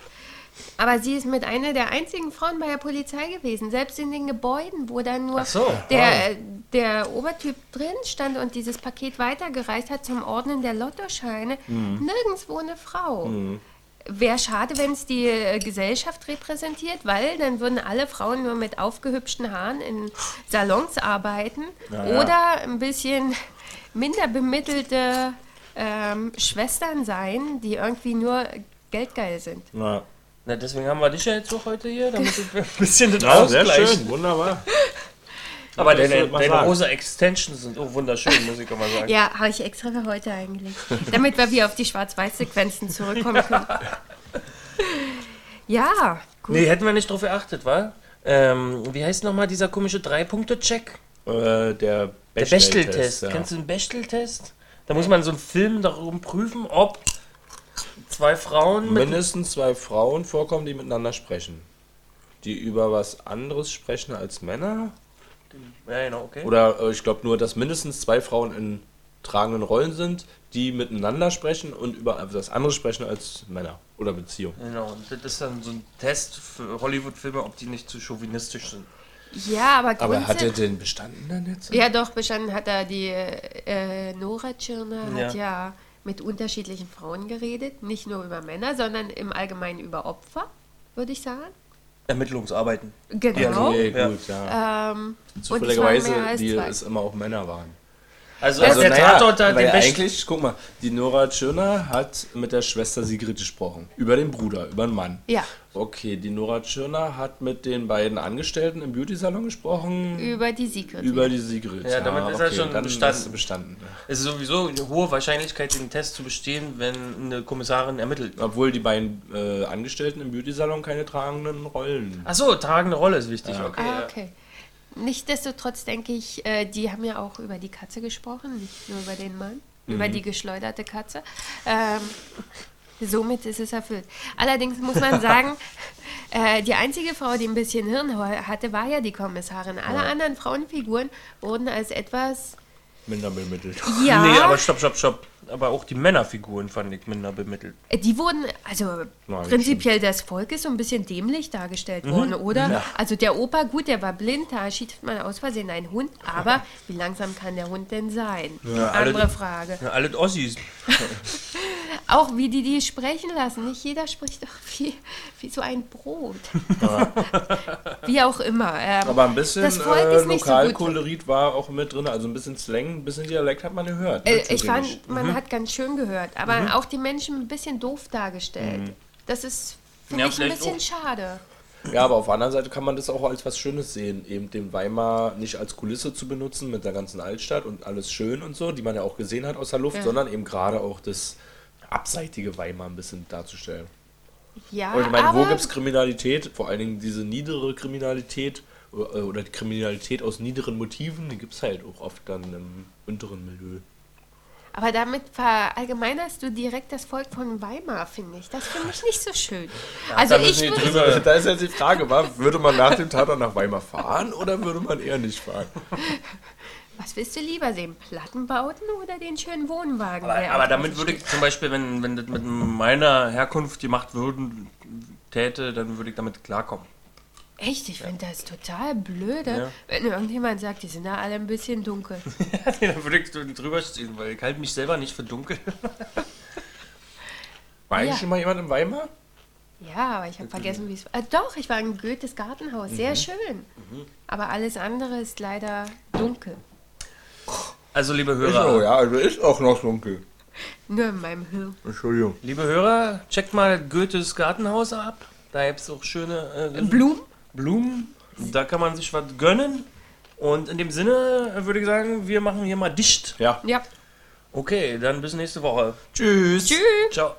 Speaker 2: Aber sie ist mit einer der einzigen Frauen bei der Polizei gewesen, selbst in den Gebäuden, wo dann nur
Speaker 1: Ach so,
Speaker 2: der, der Obertyp drin stand und dieses Paket weitergereicht hat zum Ordnen der Lottoscheine.
Speaker 1: Mhm.
Speaker 2: Nirgendwo eine Frau. Wäre schade, wenn es die äh, Gesellschaft repräsentiert, weil dann würden alle Frauen nur mit aufgehübschten Haaren in Salons arbeiten oder ein bisschen minder bemittelte ähm, Schwestern sein, die irgendwie nur geldgeil sind.
Speaker 3: Na,
Speaker 1: Na, deswegen haben wir dich ja jetzt auch heute hier, damit wir ein bisschen das
Speaker 3: ja, sehr
Speaker 1: ausgleichen.
Speaker 3: schön, wunderbar.
Speaker 1: Aber
Speaker 3: Das
Speaker 1: deine,
Speaker 3: wird man
Speaker 1: deine
Speaker 3: sagen.
Speaker 1: rosa Extensions sind auch wunderschön, muss ich immer sagen.
Speaker 2: Ja, habe ich extra für heute eigentlich. Damit wir wieder auf die Schwarz-Weiß-Sequenzen zurückkommen können. ja, gut.
Speaker 1: Nee, hätten wir nicht drauf geachtet, wa? Ähm, wie heißt nochmal dieser komische Drei-Punkte-Check?
Speaker 3: Äh, der
Speaker 1: Der Bechteltest.
Speaker 3: Ja.
Speaker 1: Kennst du den Bechteltest? Da muss man so einen Film darum prüfen, ob zwei Frauen mit
Speaker 3: Mindestens zwei Frauen vorkommen, die miteinander sprechen. Die über was anderes sprechen als Männer.
Speaker 1: Ja, genau, okay.
Speaker 3: Oder äh, ich glaube nur, dass mindestens zwei Frauen in tragenden Rollen sind, die miteinander sprechen und über also das andere sprechen als Männer oder Beziehung.
Speaker 1: Genau, und das ist dann so ein Test für Hollywood-Filme, ob die nicht zu chauvinistisch sind.
Speaker 2: Ja, aber
Speaker 3: Aber hat er
Speaker 2: grundsätzlich.
Speaker 3: den bestanden dann jetzt?
Speaker 2: Ja, doch, bestanden hat er die äh, Nora Tschirner, hat ja mit unterschiedlichen Frauen geredet. Nicht nur über Männer, sondern im Allgemeinen über Opfer, würde ich sagen.
Speaker 1: Ermittlungsarbeiten.
Speaker 2: Genau.
Speaker 3: Nee, gut, ja.
Speaker 2: Ähm, und es waren
Speaker 3: Zufälligerweise,
Speaker 2: mehr als
Speaker 3: die
Speaker 2: zwei.
Speaker 3: es immer auch Männer waren.
Speaker 1: Also, also der
Speaker 3: naja,
Speaker 1: Tatort da
Speaker 3: weil
Speaker 1: den besten.
Speaker 3: eigentlich, guck mal, die Nora Tschirner hat mit der Schwester Sigrid gesprochen. Über den Bruder, über den Mann.
Speaker 2: Ja.
Speaker 3: Okay, die Nora Tschirner hat mit den beiden Angestellten im Beauty-Salon gesprochen.
Speaker 2: Über die Secret.
Speaker 3: Über die Sigrid.
Speaker 1: Ja, damit ist er schon
Speaker 3: dann
Speaker 1: bestanden.
Speaker 3: Ist er bestanden.
Speaker 1: Es ist sowieso eine hohe Wahrscheinlichkeit, den Test zu bestehen, wenn eine Kommissarin ermittelt.
Speaker 3: Obwohl die beiden äh, Angestellten im Beauty-Salon keine tragenden Rollen.
Speaker 1: Achso, tragende Rolle ist wichtig. Okay.
Speaker 2: Ah, okay. Nichtsdestotrotz denke ich, äh, die haben ja auch über die Katze gesprochen, nicht nur über den Mann,
Speaker 1: Mhm.
Speaker 2: über die geschleuderte Katze. Ähm, somit ist es erfüllt. Allerdings muss man sagen, äh, die einzige Frau, die ein bisschen Hirn heu- hatte, war ja die Kommissarin. Alle anderen Frauenfiguren wurden als etwas.
Speaker 3: Minder bemittelt.
Speaker 2: Ja,
Speaker 1: Nee, aber stopp, stopp, stopp. Aber auch die Männerfiguren fand ich minder bemittelt.
Speaker 2: Äh, die wurden, also
Speaker 3: Nein,
Speaker 2: prinzipiell des Volkes so ein bisschen dämlich dargestellt
Speaker 3: Mhm.
Speaker 2: worden, oder? Also der Opa, gut, der war blind, da schießt man aus Versehen einen Hund, aber wie langsam kann der Hund denn sein?
Speaker 1: alle-
Speaker 2: Andere Frage.
Speaker 1: Ja, alle Ossis.
Speaker 2: Auch wie die die sprechen lassen, nicht jeder spricht doch wie, wie so ein Brot. wie auch immer. Ähm,
Speaker 3: Aber ein bisschen
Speaker 2: Das Volk ist
Speaker 3: äh,
Speaker 2: nicht so gut.
Speaker 3: Lokalkolorit war auch mit drin, also ein bisschen Slang, ein bisschen Dialekt hat man gehört.
Speaker 2: Äh,
Speaker 3: ne,
Speaker 2: ich
Speaker 3: theoretisch.
Speaker 2: fand, man hat ganz schön gehört, aber
Speaker 3: Mhm.
Speaker 2: auch die Menschen ein bisschen doof dargestellt. Das ist, finde
Speaker 1: Ja,
Speaker 2: ich, ein
Speaker 1: vielleicht
Speaker 2: bisschen
Speaker 1: auch.
Speaker 2: schade.
Speaker 3: Ja, aber auf der anderen Seite kann man das auch als was Schönes sehen, eben den Weimar nicht als Kulisse zu benutzen mit der ganzen Altstadt und alles schön und so, die man ja auch gesehen hat aus der Luft,
Speaker 2: Ja.
Speaker 3: sondern eben gerade auch das abseitige Weimar ein bisschen darzustellen.
Speaker 2: Ja,
Speaker 3: Und ich meine, wo
Speaker 2: Ah, aber-
Speaker 3: gibt es Kriminalität? Vor allen Dingen diese niedere Kriminalität äh, oder die Kriminalität aus niederen Motiven, die gibt es halt auch oft dann im unteren Milieu.
Speaker 2: Aber damit verallgemeinerst du direkt das Volk von Weimar, finde ich. Das finde ich nicht so schön. also
Speaker 1: da
Speaker 2: ich
Speaker 1: müssen wir
Speaker 2: würde
Speaker 1: drüber-
Speaker 3: Da ist jetzt die Frage, war, würde man nach dem Tatort nach Weimar fahren oder würde man eher nicht fahren?
Speaker 2: Was willst du lieber sehen? Plattenbauten oder den schönen Wohnwagen?
Speaker 1: Aber,
Speaker 2: der
Speaker 1: aber
Speaker 2: auf
Speaker 1: damit
Speaker 2: dem
Speaker 1: würde ich zum Beispiel, wenn, wenn das mit meiner Herkunft gemacht würden, täte, dann würde ich damit klarkommen.
Speaker 2: Echt, ich finde das total blöde,
Speaker 1: Ja.
Speaker 2: wenn irgendjemand sagt, die sind da alle ein bisschen dunkel.
Speaker 1: dann würde ich drüber stehen, weil ich halte mich selber nicht für dunkel.
Speaker 3: War eigentlich
Speaker 2: Ja.
Speaker 3: schon mal jemand in Weimar?
Speaker 2: Ja, aber ich habe vergessen, wie es war. Äh, doch, ich war in Goethes Gartenhaus,
Speaker 1: Mhm.
Speaker 2: sehr schön. Aber alles andere ist leider dunkel.
Speaker 1: Also liebe
Speaker 3: Ist so,
Speaker 1: Hörer,
Speaker 3: ja, also ist auch noch dunkel.
Speaker 2: Nur in meinem Hirn.
Speaker 3: Entschuldigung.
Speaker 1: liebe Hörer, checkt mal Goethes Gartenhaus ab. Da gibt es auch schöne äh,
Speaker 2: Blumen?
Speaker 1: Blumen. Da kann man sich was gönnen. Und in dem Sinne äh, würde ich sagen, wir machen hier mal dicht.
Speaker 3: Ja.
Speaker 2: Ja.
Speaker 1: Okay, dann bis nächste Woche.
Speaker 3: Tschüss.
Speaker 2: Tschüss.
Speaker 1: Ciao.